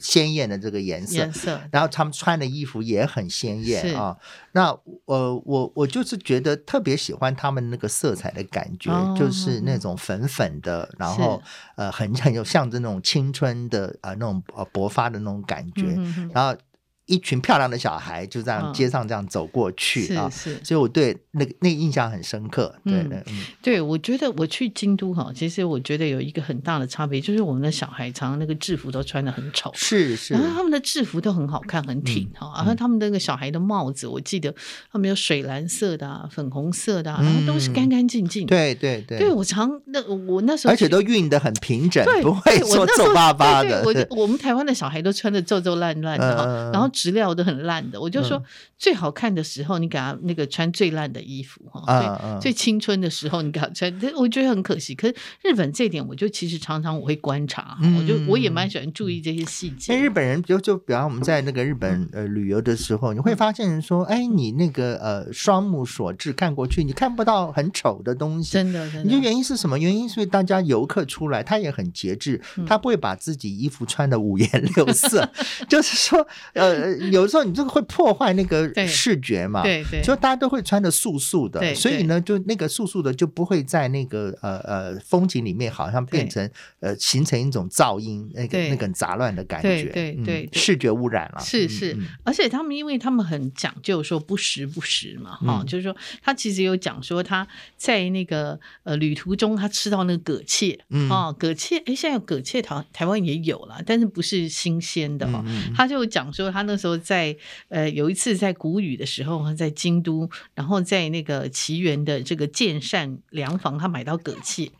[SPEAKER 3] 鲜艳的这个颜色
[SPEAKER 1] 颜。色，
[SPEAKER 3] 然后他们穿的衣服也很鲜
[SPEAKER 1] 是
[SPEAKER 3] 艳啊，那呃我我就是觉得特别喜欢他们那个色彩的感觉，
[SPEAKER 1] 哦
[SPEAKER 3] 就是那种粉粉的，然后呃很很有象征那种青春的啊、呃那种呃勃发的那种感觉，
[SPEAKER 1] 嗯哼哼
[SPEAKER 3] 然后一群漂亮的小孩就这样
[SPEAKER 1] 嗯
[SPEAKER 3] 街上这样走过去啊，
[SPEAKER 1] 是是。
[SPEAKER 3] 所以我对那个那个印象很深刻。对
[SPEAKER 1] 嗯
[SPEAKER 3] 对，嗯
[SPEAKER 1] 对，我觉得我去京都哈，其实我觉得有一个很大的差别，就是我们的小孩常常那个制服都穿的很丑，
[SPEAKER 3] 是是嗯
[SPEAKER 1] 然，后他们的制服都很好看，很挺哈、然后他们那个小孩的帽子，我记得他们有水蓝色的、啊、粉红色的、啊，然后都是干干净净。，
[SPEAKER 3] 嗯对对对，
[SPEAKER 1] 对我常那我那时候
[SPEAKER 3] 而且
[SPEAKER 1] 去
[SPEAKER 3] 都熨得很平整
[SPEAKER 1] 对，
[SPEAKER 3] 不会
[SPEAKER 1] 对我
[SPEAKER 3] 说
[SPEAKER 1] 那时
[SPEAKER 3] 皱
[SPEAKER 1] 候
[SPEAKER 3] 巴巴
[SPEAKER 1] 对
[SPEAKER 3] 的。
[SPEAKER 1] 对我
[SPEAKER 3] 对
[SPEAKER 1] 就我们台湾的小孩都穿的皱皱烂烂的哈、
[SPEAKER 3] 嗯
[SPEAKER 1] 然后质料都很烂的，我就说
[SPEAKER 3] 嗯
[SPEAKER 1] 最好看的时候，你给他那个穿最烂的衣服哈，
[SPEAKER 3] 啊
[SPEAKER 1] 最
[SPEAKER 3] 啊
[SPEAKER 1] 最青春的时候，你给他穿，这我觉得很可惜。可是日本这一点，我就其实常常我会观察，
[SPEAKER 3] 嗯
[SPEAKER 1] 我就我也蛮喜欢注意这些细
[SPEAKER 3] 那日
[SPEAKER 1] 节。
[SPEAKER 3] 本人就就比方我们在那个日
[SPEAKER 1] 嗯
[SPEAKER 3] 本呃旅游的时候，你会发现说，哎，你那个呃双目所至看过去，你看不到很丑的东西。
[SPEAKER 1] 真的，真
[SPEAKER 3] 你说
[SPEAKER 1] 的，
[SPEAKER 3] 原因是什么？原因是大家游客出来，他也很节制，
[SPEAKER 1] 嗯
[SPEAKER 3] 他不会把自己衣服穿的五颜六色， 就是说，呃，有时候你这个会破坏那
[SPEAKER 1] 对
[SPEAKER 3] 个视觉嘛。
[SPEAKER 1] 对对，
[SPEAKER 3] 啊就大家都会穿的素素
[SPEAKER 1] 对
[SPEAKER 3] 的，所以呢，就那个素素的就不会在那个呃呃风景里面，好像变成呃形成一种噪音，那个
[SPEAKER 1] 对
[SPEAKER 3] 那个杂乱的感
[SPEAKER 1] 对
[SPEAKER 3] 觉，
[SPEAKER 1] 对
[SPEAKER 3] 嗯
[SPEAKER 1] 对对
[SPEAKER 3] 视觉污染了，
[SPEAKER 1] 是
[SPEAKER 3] 嗯
[SPEAKER 1] 是
[SPEAKER 3] 嗯，
[SPEAKER 1] 而且他们因为他们很讲究说不时不食嘛，哈、
[SPEAKER 3] 嗯
[SPEAKER 1] 就是说他其实有讲说他在那个呃旅途中他吃到那个葛切，
[SPEAKER 3] 嗯
[SPEAKER 1] 哦，葛切，哎，现在有葛切台台湾也有啦，但是不是新鲜的哦。
[SPEAKER 3] 嗯嗯嗯
[SPEAKER 1] 他就讲说，他那时候在呃有一次在谷雨的时候，他在京都，然后在那个奇缘的这个建善凉房，他买到葛切，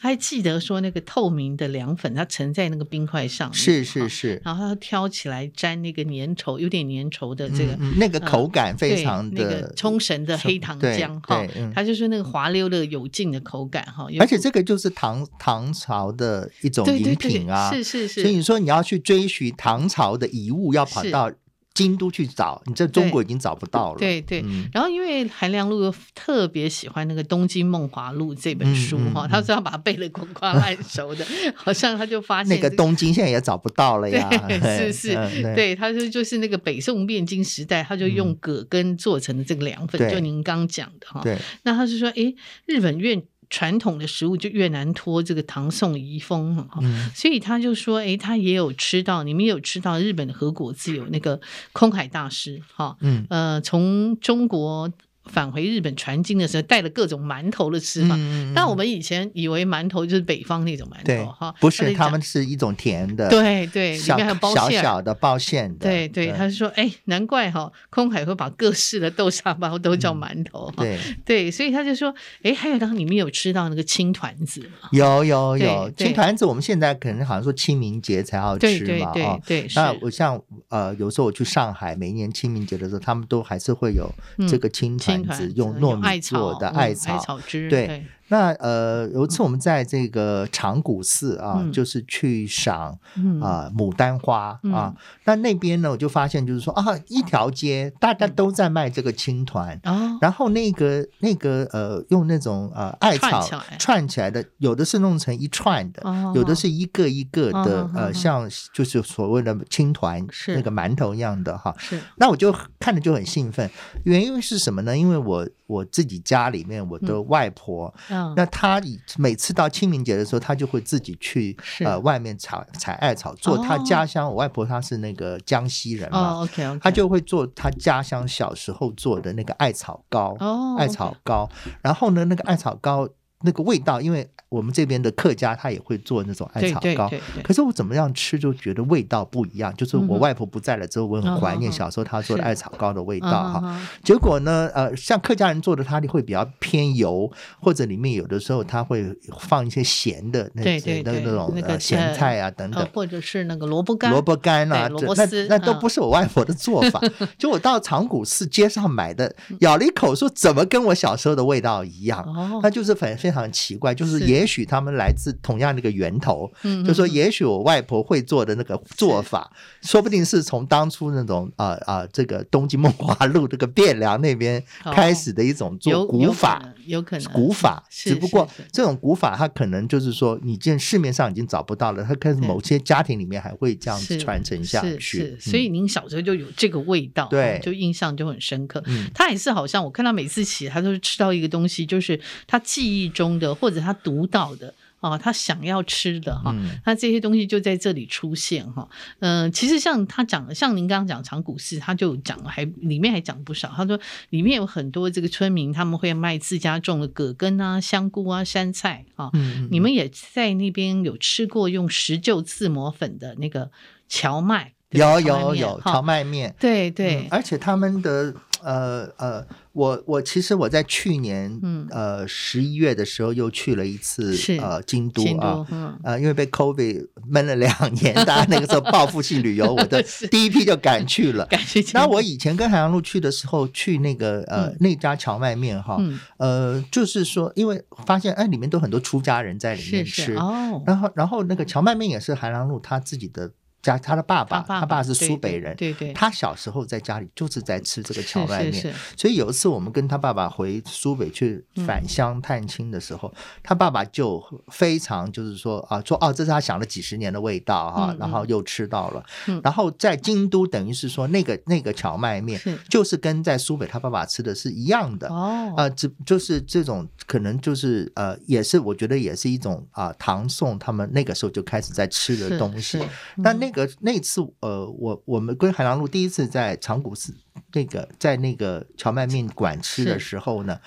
[SPEAKER 1] 他还记得说那个透明的凉粉，它盛在那个冰块上面，
[SPEAKER 3] 是
[SPEAKER 1] 哈
[SPEAKER 3] 是是，
[SPEAKER 1] 然后他挑起来沾那个粘稠，有点粘稠的这个、
[SPEAKER 3] 嗯嗯那个
[SPEAKER 1] 呃
[SPEAKER 3] 口感非
[SPEAKER 1] 对
[SPEAKER 3] 常
[SPEAKER 1] 那个
[SPEAKER 3] 的
[SPEAKER 1] 冲绳的
[SPEAKER 3] 冲
[SPEAKER 1] 黑糖
[SPEAKER 3] 对
[SPEAKER 1] 浆哈
[SPEAKER 3] 对嗯，
[SPEAKER 1] 它就是那个滑溜溜有劲的口感哈，有
[SPEAKER 3] 而且这个就是唐唐朝的一种
[SPEAKER 1] 对对
[SPEAKER 3] 饮
[SPEAKER 1] 对
[SPEAKER 3] 品啊，
[SPEAKER 1] 是是是，
[SPEAKER 3] 所以你说你要去追寻唐朝的遗物，要跑
[SPEAKER 1] 是
[SPEAKER 3] 到京都去找，你在中国已经找不到了。
[SPEAKER 1] 对对。
[SPEAKER 3] 嗯，
[SPEAKER 1] 然后，因为韩良露又特别喜欢那个《东京梦华录》这本
[SPEAKER 3] 嗯
[SPEAKER 1] 书
[SPEAKER 3] 嗯
[SPEAKER 1] 哈，
[SPEAKER 3] 嗯
[SPEAKER 1] 他说他把它背得滚瓜烂熟 的，好像他就发现
[SPEAKER 3] 那个
[SPEAKER 1] 这
[SPEAKER 3] 东京现在也找不到了呀，
[SPEAKER 1] 对，是
[SPEAKER 3] 嘿
[SPEAKER 1] 是，
[SPEAKER 3] 嗯
[SPEAKER 1] 对，他说就是那个北宋汴京时代，他就用
[SPEAKER 3] 嗯
[SPEAKER 1] 葛根做成的这个凉粉，
[SPEAKER 3] 对
[SPEAKER 1] 就您刚讲的哈。
[SPEAKER 3] 对，
[SPEAKER 1] 那他是说，诶，日本越传统的食物就越难脱这个唐宋遗风哈。
[SPEAKER 3] 嗯
[SPEAKER 1] 所以他就说，诶，他也有吃到，你们也有吃到日本的和果子有那个空海大师哈，
[SPEAKER 3] 嗯
[SPEAKER 1] 呃，从中国返回日本传经的时候带了各种馒头的吃法。
[SPEAKER 3] 嗯
[SPEAKER 1] 那我们以前以为馒头就是北方那种馒
[SPEAKER 3] 对
[SPEAKER 1] 头哈，
[SPEAKER 3] 不
[SPEAKER 1] 在
[SPEAKER 3] 是
[SPEAKER 1] 讲
[SPEAKER 3] 他们是一种甜的，
[SPEAKER 1] 对对，里
[SPEAKER 3] 小
[SPEAKER 1] 面还有包
[SPEAKER 3] 小
[SPEAKER 1] 馅儿。
[SPEAKER 3] 小的包馅的，
[SPEAKER 1] 对对，
[SPEAKER 3] 嗯
[SPEAKER 1] 他是说，哎，难怪哈、空海会把各式的豆沙包都叫
[SPEAKER 3] 嗯
[SPEAKER 1] 馒头哈、
[SPEAKER 3] 对，
[SPEAKER 1] 对，所以他就说，哎，还有刚刚你们有吃到那个青团子吗？
[SPEAKER 3] 有有
[SPEAKER 1] 对
[SPEAKER 3] 有，
[SPEAKER 1] 对
[SPEAKER 3] 青团子我们现在可能好像说清明节才要
[SPEAKER 1] 对
[SPEAKER 3] 吃
[SPEAKER 1] 对
[SPEAKER 3] 嘛，
[SPEAKER 1] 对
[SPEAKER 3] 哦
[SPEAKER 1] 对，是
[SPEAKER 3] 那我像呃，有时候我去上海，每一年清明节的时候，他们都还是会有这个青
[SPEAKER 1] 嗯青
[SPEAKER 3] 团
[SPEAKER 1] 团
[SPEAKER 3] 子
[SPEAKER 1] 子，
[SPEAKER 3] 用糯
[SPEAKER 1] 艾
[SPEAKER 3] 米
[SPEAKER 1] 草
[SPEAKER 3] 做的
[SPEAKER 1] 嗯
[SPEAKER 3] 艾
[SPEAKER 1] 艾
[SPEAKER 3] 草。
[SPEAKER 1] 草汁，
[SPEAKER 3] 对
[SPEAKER 1] 对
[SPEAKER 3] 那呃，有一次我们在这个长谷寺啊
[SPEAKER 1] 嗯，
[SPEAKER 3] 就是去赏
[SPEAKER 1] 嗯
[SPEAKER 3] 啊牡丹花啊。那那边呢，我就发现就是说啊，一条街大家
[SPEAKER 1] 嗯
[SPEAKER 3] 都在卖这个青团。
[SPEAKER 1] 哦，
[SPEAKER 3] 然后那个那个呃，用那种呃艾
[SPEAKER 1] 串
[SPEAKER 3] 草
[SPEAKER 1] 起来
[SPEAKER 3] 串起来的，有的是弄成一串的，
[SPEAKER 1] 哦
[SPEAKER 3] 有的是一个一个的，
[SPEAKER 1] 哦哦哦
[SPEAKER 3] 呃，像就是所谓的青团
[SPEAKER 1] 是
[SPEAKER 3] 那个馒头一样的哈。
[SPEAKER 1] 是
[SPEAKER 3] 那我就看着就很兴奋，原因是什么呢？因为我我自己家里面我的外婆，
[SPEAKER 1] 嗯，
[SPEAKER 3] 那她以每次到清明节的时候，她就会自己去
[SPEAKER 1] 是
[SPEAKER 3] 呃外面采采艾草，做她
[SPEAKER 1] 哦
[SPEAKER 3] 家乡。我外婆她是那个江西人嘛，
[SPEAKER 1] 哦，OK OK，
[SPEAKER 3] 他就会做他家乡小时候做的那个艾草糕，
[SPEAKER 1] 哦
[SPEAKER 3] 艾草糕。然后呢，那个艾草糕那个味道，因为我们这边的客家他也会做那种艾
[SPEAKER 1] 对
[SPEAKER 3] 草
[SPEAKER 1] 对
[SPEAKER 3] 糕
[SPEAKER 1] 对。对，
[SPEAKER 3] 可是我怎么样吃就觉得味道不一样，就是
[SPEAKER 1] 嗯
[SPEAKER 3] 我
[SPEAKER 1] 哼
[SPEAKER 3] 外婆不在了之后，我很怀
[SPEAKER 1] 嗯
[SPEAKER 3] 念
[SPEAKER 1] 哼
[SPEAKER 3] 小时候她做的
[SPEAKER 1] 是
[SPEAKER 3] 艾草糕的味道
[SPEAKER 1] 嗯
[SPEAKER 3] 哈。
[SPEAKER 1] 哼
[SPEAKER 3] 结果呢，呃，像客家人做的，它会比较偏油，或者里面有的时候它会放一些咸的那
[SPEAKER 1] 对对
[SPEAKER 3] 那
[SPEAKER 1] 对
[SPEAKER 3] 那种
[SPEAKER 1] 那个
[SPEAKER 3] 呃咸
[SPEAKER 1] 呃
[SPEAKER 3] 菜啊等
[SPEAKER 1] 呃
[SPEAKER 3] 等，
[SPEAKER 1] 或者是那个萝卜干，
[SPEAKER 3] 萝卜干啊，
[SPEAKER 1] 对
[SPEAKER 3] 这
[SPEAKER 1] 萝卜丝
[SPEAKER 3] 那那都
[SPEAKER 1] 嗯
[SPEAKER 3] 不是我外婆的做 法。就我到长谷寺街上买的，咬了一口，说怎么跟我小时候的味道一样？
[SPEAKER 1] 嗯哦
[SPEAKER 3] 那，就是很非常奇怪，就是
[SPEAKER 1] 是
[SPEAKER 3] 也许他们来自同样的一个源头，
[SPEAKER 1] 嗯
[SPEAKER 3] 就说
[SPEAKER 1] 嗯嗯
[SPEAKER 3] 也许我外婆会做的那个做法，说不定是从当初那种啊啊、呃这个东京梦华录这个汴梁那边
[SPEAKER 1] 哦
[SPEAKER 3] 开始的一种做
[SPEAKER 1] 有有
[SPEAKER 3] 古
[SPEAKER 1] 可
[SPEAKER 3] 法。
[SPEAKER 1] 能有可能
[SPEAKER 3] 古法，
[SPEAKER 1] 是
[SPEAKER 3] 只不过
[SPEAKER 1] 是是
[SPEAKER 3] 这种古法，它可能就是说，你见市面上已经找不到了，它开始
[SPEAKER 1] 对
[SPEAKER 3] 某些家庭里面还会这样子
[SPEAKER 1] 是
[SPEAKER 3] 传承下
[SPEAKER 1] 是
[SPEAKER 3] 去嗯
[SPEAKER 1] 是。所以您小时候就有这个味道，
[SPEAKER 3] 对
[SPEAKER 1] 哦就印象就很深刻。
[SPEAKER 3] 嗯
[SPEAKER 1] 他也是好像我看他每次起来，他都是吃到一个东西，就是他记忆中的或者他读到的哦，他想要吃的哈。
[SPEAKER 3] 嗯
[SPEAKER 1] 那这些东西就在这里出现哈，嗯、其实像他讲的，像您刚刚讲长谷寺，他就讲了还里面还讲不少。他说里面有很多这个村民，他们会卖自家种的葛根啊、香菇啊、山菜啊，
[SPEAKER 3] 嗯，
[SPEAKER 1] 你们也在那边有吃过用石臼自磨粉的那个荞麦？对
[SPEAKER 3] 有
[SPEAKER 1] 不对
[SPEAKER 3] 有
[SPEAKER 1] 荞
[SPEAKER 3] 有
[SPEAKER 1] 麦面
[SPEAKER 3] 荞
[SPEAKER 1] 哈
[SPEAKER 3] 麦面，
[SPEAKER 1] 对对
[SPEAKER 3] 嗯嗯，而且他们的呃呃，我我其实我在去年、
[SPEAKER 1] 嗯
[SPEAKER 3] 呃十一月的时候又去了一次
[SPEAKER 1] 是
[SPEAKER 3] 呃京都
[SPEAKER 1] 京
[SPEAKER 3] 啊
[SPEAKER 1] 都，，嗯，
[SPEAKER 3] 呃，因为被 COVID 闷了两年，大家那个时候报复性旅游，我的
[SPEAKER 1] 是
[SPEAKER 3] 第一批就赶 去了。
[SPEAKER 1] 感谢京
[SPEAKER 3] 那
[SPEAKER 1] 都。
[SPEAKER 3] 我以前跟海洋路去的时候，去那个呃、
[SPEAKER 1] 嗯
[SPEAKER 3] 那家荞麦面哈，
[SPEAKER 1] 嗯，
[SPEAKER 3] 呃，就是说，因为发现哎里面都很多出家人在里面
[SPEAKER 1] 是
[SPEAKER 3] 吃，
[SPEAKER 1] 是哦，
[SPEAKER 3] 然后然后那个荞麦面也是海洋路他自己的家，他的爸爸，
[SPEAKER 1] 爸
[SPEAKER 3] 他
[SPEAKER 1] 爸
[SPEAKER 3] 是
[SPEAKER 1] 对对
[SPEAKER 3] 苏北人，
[SPEAKER 1] 对对，
[SPEAKER 3] 他小时候在家里就是在吃这个荞
[SPEAKER 1] 是
[SPEAKER 3] 麦
[SPEAKER 1] 是
[SPEAKER 3] 面，
[SPEAKER 1] 是嗯
[SPEAKER 3] 所以有一次我们跟他爸爸回苏北去返乡探亲的时候，他爸爸就非常就是说啊，说哦，这是他想了几十年的味道哈、
[SPEAKER 1] 嗯嗯
[SPEAKER 3] 然后又吃到了，
[SPEAKER 1] 嗯
[SPEAKER 3] 然后在京都等于是说那个那个荞麦面
[SPEAKER 1] 是
[SPEAKER 3] 就是跟在苏北他爸爸吃的是一样的。
[SPEAKER 1] 哦，
[SPEAKER 3] 啊，只就是这种，可能就是呃，也是我觉得也是一种啊、唐宋他们那个时候就开始在吃的
[SPEAKER 1] 是
[SPEAKER 3] 东西
[SPEAKER 1] 是。
[SPEAKER 3] 那
[SPEAKER 1] 嗯
[SPEAKER 3] 那个那次，呃，我我们跟海洋路第一次在长谷寺那个在那个荞麦面馆吃的
[SPEAKER 1] 是
[SPEAKER 3] 时候呢，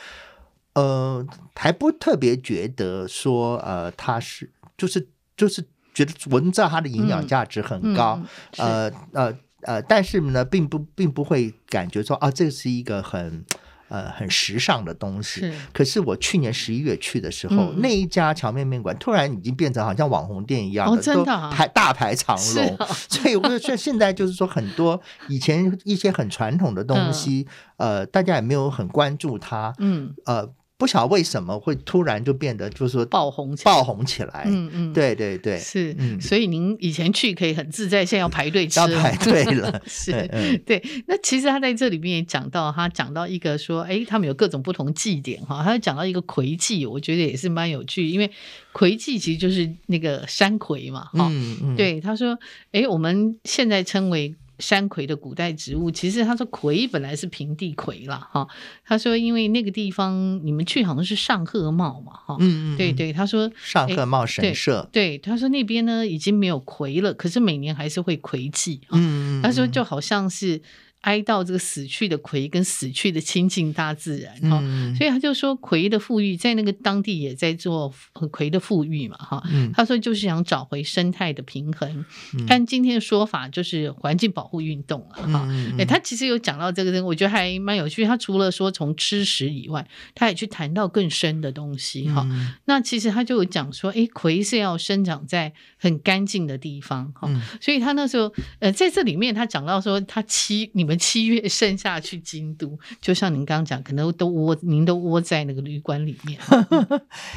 [SPEAKER 3] 呃，还不特别觉得说，呃，它是就是就是觉得闻着它的营养
[SPEAKER 1] 嗯
[SPEAKER 3] 价值很高，
[SPEAKER 1] 嗯是
[SPEAKER 3] 呃呃呃，但是呢，并不并不会感觉说啊，这是一个很呃很时尚的东西。
[SPEAKER 1] 是
[SPEAKER 3] 可是我去年十一月去的时候，
[SPEAKER 1] 嗯嗯
[SPEAKER 3] 那一家荞面面馆突然已经变成好像网红店一样
[SPEAKER 1] 哦
[SPEAKER 3] 的，
[SPEAKER 1] 真
[SPEAKER 3] 都
[SPEAKER 1] 的啊
[SPEAKER 3] 排大排长
[SPEAKER 1] 是
[SPEAKER 3] 龙。
[SPEAKER 1] 啊
[SPEAKER 3] 所以我就说，现在就是说，很多以前一些很传统的东西，呃，大家也没有很关注它，
[SPEAKER 1] 嗯
[SPEAKER 3] 呃，不晓得为什么会突然就变得就是说
[SPEAKER 1] 爆红起来
[SPEAKER 3] 爆红起来。
[SPEAKER 1] 嗯嗯，
[SPEAKER 3] 对对对，
[SPEAKER 1] 是，
[SPEAKER 3] 嗯
[SPEAKER 1] 所以您以前去可以很自在，现在要排队吃
[SPEAKER 3] 要
[SPEAKER 1] 了，。
[SPEAKER 3] 排队了
[SPEAKER 1] 是
[SPEAKER 3] 嗯嗯
[SPEAKER 1] 对，那其实他在这里面也讲到，他讲到一个说，哎，他们有各种不同祭典哈，他讲到一个葵祭，我觉得也是蛮有趣，因为葵祭其实就是那个山葵嘛，哈、
[SPEAKER 3] 嗯嗯，
[SPEAKER 1] 对，他说，哎，我们现在称为山葵的古代植物，其实他说葵本来是平地葵啦，哈，他说因为那个地方你们去好像是上贺茂嘛，哈，
[SPEAKER 3] 嗯，嗯嗯，
[SPEAKER 1] 对对，他说
[SPEAKER 3] 上
[SPEAKER 1] 哎
[SPEAKER 3] 贺茂
[SPEAKER 1] 对
[SPEAKER 3] 神社，
[SPEAKER 1] 对，他说那边呢已经没有葵了，可是每年还是会葵祭。啊
[SPEAKER 3] 嗯，嗯
[SPEAKER 1] 他说
[SPEAKER 3] 嗯
[SPEAKER 1] 就好像是哀悼这个死去的葵跟死去的亲近大自然哈、
[SPEAKER 3] 嗯，
[SPEAKER 1] 所以他就说葵的富裕在那个当地也在做呃葵的富裕嘛哈。
[SPEAKER 3] 嗯
[SPEAKER 1] 他说就是想找回生态的平衡，
[SPEAKER 3] 嗯
[SPEAKER 1] 按今天的说哎法就是环境保护运动了哈。
[SPEAKER 3] 嗯
[SPEAKER 1] 哎、他其实有讲到这个，我觉得还蛮有趣。他除了说从吃食以外，他也去谈到更深的东西哈。
[SPEAKER 3] 嗯
[SPEAKER 1] 那其实他就有讲说，诶，葵是要生长在很干净的地方哈、
[SPEAKER 3] 嗯
[SPEAKER 1] 所以他那时候呃在这里面他讲到说，他七你们七月剩下去京都，就像您刚刚讲，可能都窝您都窝在那个旅馆里面，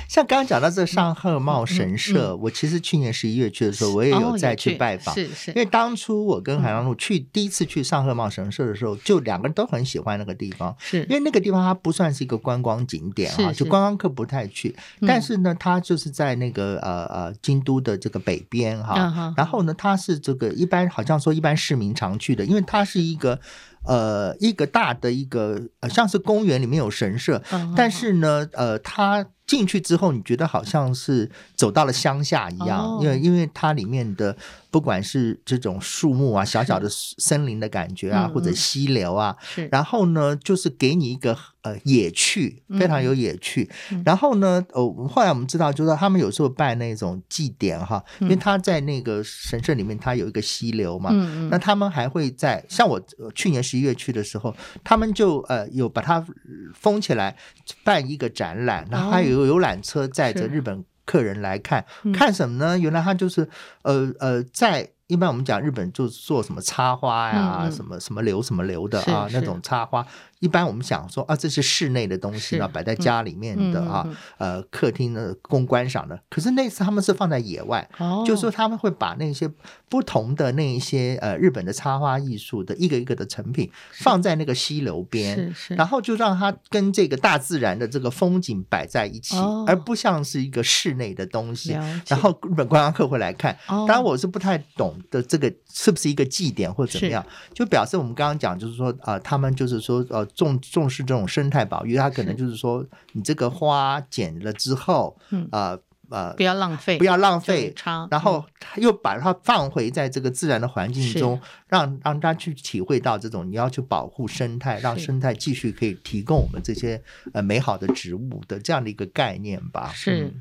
[SPEAKER 3] 像刚刚讲到这上贺茂神社，我其实去年十一月去的时候，我也
[SPEAKER 1] 嗯哦
[SPEAKER 3] 有再去拜访。
[SPEAKER 1] 是是
[SPEAKER 3] 因为当初我跟海洋路去第一次去上贺茂神社的时候，就两个人都很喜欢那个地方，
[SPEAKER 1] 是
[SPEAKER 3] 因为那个地方它不算是一个观光景点哈，
[SPEAKER 1] 是
[SPEAKER 3] 就是观光客不太去。
[SPEAKER 1] 嗯
[SPEAKER 3] 但是呢，它就是在那个呃呃京都的这个北边哈，
[SPEAKER 1] 嗯哼
[SPEAKER 3] 然后呢，它是这个一般好像说一般市民常去的，因为它是一个呃一个大的一个、呃、像是公园里面有神社，
[SPEAKER 1] 嗯
[SPEAKER 3] 但是呢，呃，它进去之后，你觉得好像是走到了乡下一样，
[SPEAKER 1] 哦
[SPEAKER 3] 因为因为它里面的不管是这种树木啊，小小的森林的感觉啊，
[SPEAKER 1] 嗯
[SPEAKER 3] 或者
[SPEAKER 1] 嗯
[SPEAKER 3] 溪流啊，
[SPEAKER 1] 是
[SPEAKER 3] 然后呢，就是给你一个呃野趣，非常有野趣。
[SPEAKER 1] 嗯
[SPEAKER 3] 然后呢，呃，后来我们知道，就是他们有时候办那种祭典哈，因为
[SPEAKER 1] 嗯
[SPEAKER 3] 他在那个神社里面，它有一个溪流嘛，
[SPEAKER 1] 嗯
[SPEAKER 3] 那
[SPEAKER 1] 嗯
[SPEAKER 3] 他们还会在像我呃去年十一月去的时候，他们就呃有把它封起来，办一个展览，然后还有游览车载着
[SPEAKER 1] 是
[SPEAKER 3] 日本客人来看，
[SPEAKER 1] 嗯
[SPEAKER 3] 看什么呢？原来他就是呃呃在。一般我们讲日本就是做什么插花呀、
[SPEAKER 1] 嗯嗯
[SPEAKER 3] 什么什么流什么流的
[SPEAKER 1] 是
[SPEAKER 3] 啊，那
[SPEAKER 1] 是
[SPEAKER 3] 种插花。一般我们想说啊，这是室内的东西
[SPEAKER 1] 是
[SPEAKER 3] 啊，摆在家里面的啊，
[SPEAKER 1] 嗯嗯
[SPEAKER 3] 呃，客厅的供观赏的。可是那次他们是放在野外，
[SPEAKER 1] 哦，
[SPEAKER 3] 就是说他们会把那些不同的那一些呃日本的插花艺术的一个一个的成品放在那个溪流边，
[SPEAKER 1] 是是
[SPEAKER 3] 然后就让它跟这个大自然的这个风景摆在一起，
[SPEAKER 1] 哦
[SPEAKER 3] 而不像是一个室内的东西。
[SPEAKER 1] 了解
[SPEAKER 3] 然后日本观光客会来看，
[SPEAKER 1] 哦
[SPEAKER 3] 当然我是不太懂的，这个是不是一个祭典或怎么样，就表示我们刚刚讲，就是说，呃，他们就是说，呃，重重视这种生态保育，他可能
[SPEAKER 1] 是
[SPEAKER 3] 就是说，你这个花剪了之后，
[SPEAKER 1] 嗯
[SPEAKER 3] 呃，呃
[SPEAKER 1] 不要浪费，
[SPEAKER 3] 不要浪
[SPEAKER 1] 就
[SPEAKER 3] 费，
[SPEAKER 1] 差，
[SPEAKER 3] 然后他又把它放回在这个自然的环境中，让让他去体会到这种你要去保护生态，让
[SPEAKER 1] 是
[SPEAKER 3] 生态继续可以提供我们这些呃美好的植物的这样的一个概念吧。
[SPEAKER 1] 是
[SPEAKER 3] 嗯，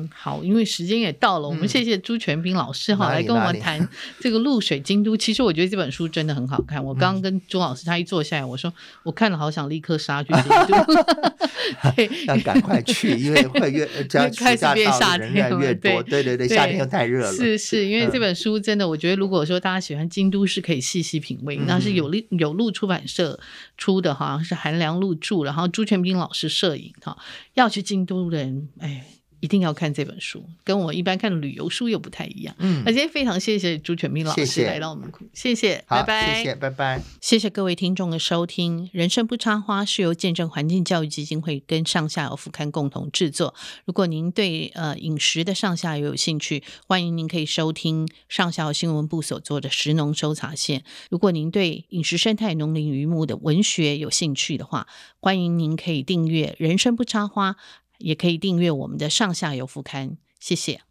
[SPEAKER 1] 嗯，好，因为时间也到了，我们
[SPEAKER 3] 嗯
[SPEAKER 1] 谢谢朱全斌老师哈，
[SPEAKER 3] 哪里
[SPEAKER 1] 来跟我
[SPEAKER 3] 哪
[SPEAKER 1] 们
[SPEAKER 3] 里
[SPEAKER 1] 谈这个《露水京都》。其实我觉得这本书真的很好看。我刚刚
[SPEAKER 3] 嗯
[SPEAKER 1] 跟朱老师他一坐下来，我说我看了好想立刻杀 去京都， 对，
[SPEAKER 3] 要赶快去，因为会越呃这样暑
[SPEAKER 1] 开始
[SPEAKER 3] 假
[SPEAKER 1] 变
[SPEAKER 3] 到
[SPEAKER 1] 夏
[SPEAKER 3] 了人
[SPEAKER 1] 天
[SPEAKER 3] 越来
[SPEAKER 1] 了
[SPEAKER 3] 越多，对对对，夏
[SPEAKER 1] 对
[SPEAKER 3] 天又太热了，嗯
[SPEAKER 1] 是是，因为这本书真的，我觉得如果说大家喜欢京都，是可以细细品
[SPEAKER 3] 嗯
[SPEAKER 1] 味。那是有力有路出版社出的，好像是韩良露著，然后朱全斌老师摄影哈。要去京都的人，哎，一定要看这本书，跟我一般看旅游书又不太一样。
[SPEAKER 3] 嗯
[SPEAKER 1] 那，今天非常谢谢朱全斌老
[SPEAKER 3] 谢
[SPEAKER 1] 师
[SPEAKER 3] 谢
[SPEAKER 1] 来到我们，谢谢，
[SPEAKER 3] 好
[SPEAKER 1] 拜，拜，
[SPEAKER 3] 谢谢，拜拜。
[SPEAKER 1] 谢谢各位听众的收听，《人生不插花》是由见证环境教育基金会跟上下游俯瞰共同制作。如果您对呃饮食的上下游有兴趣，欢迎您可以收听上下游新闻部所做的《食农搜查线》。如果您对饮食生态、农林渔牧的文学有兴趣的话，欢迎您可以订阅《人生不插花》，也可以订阅我们的上下游俯瞰。谢谢。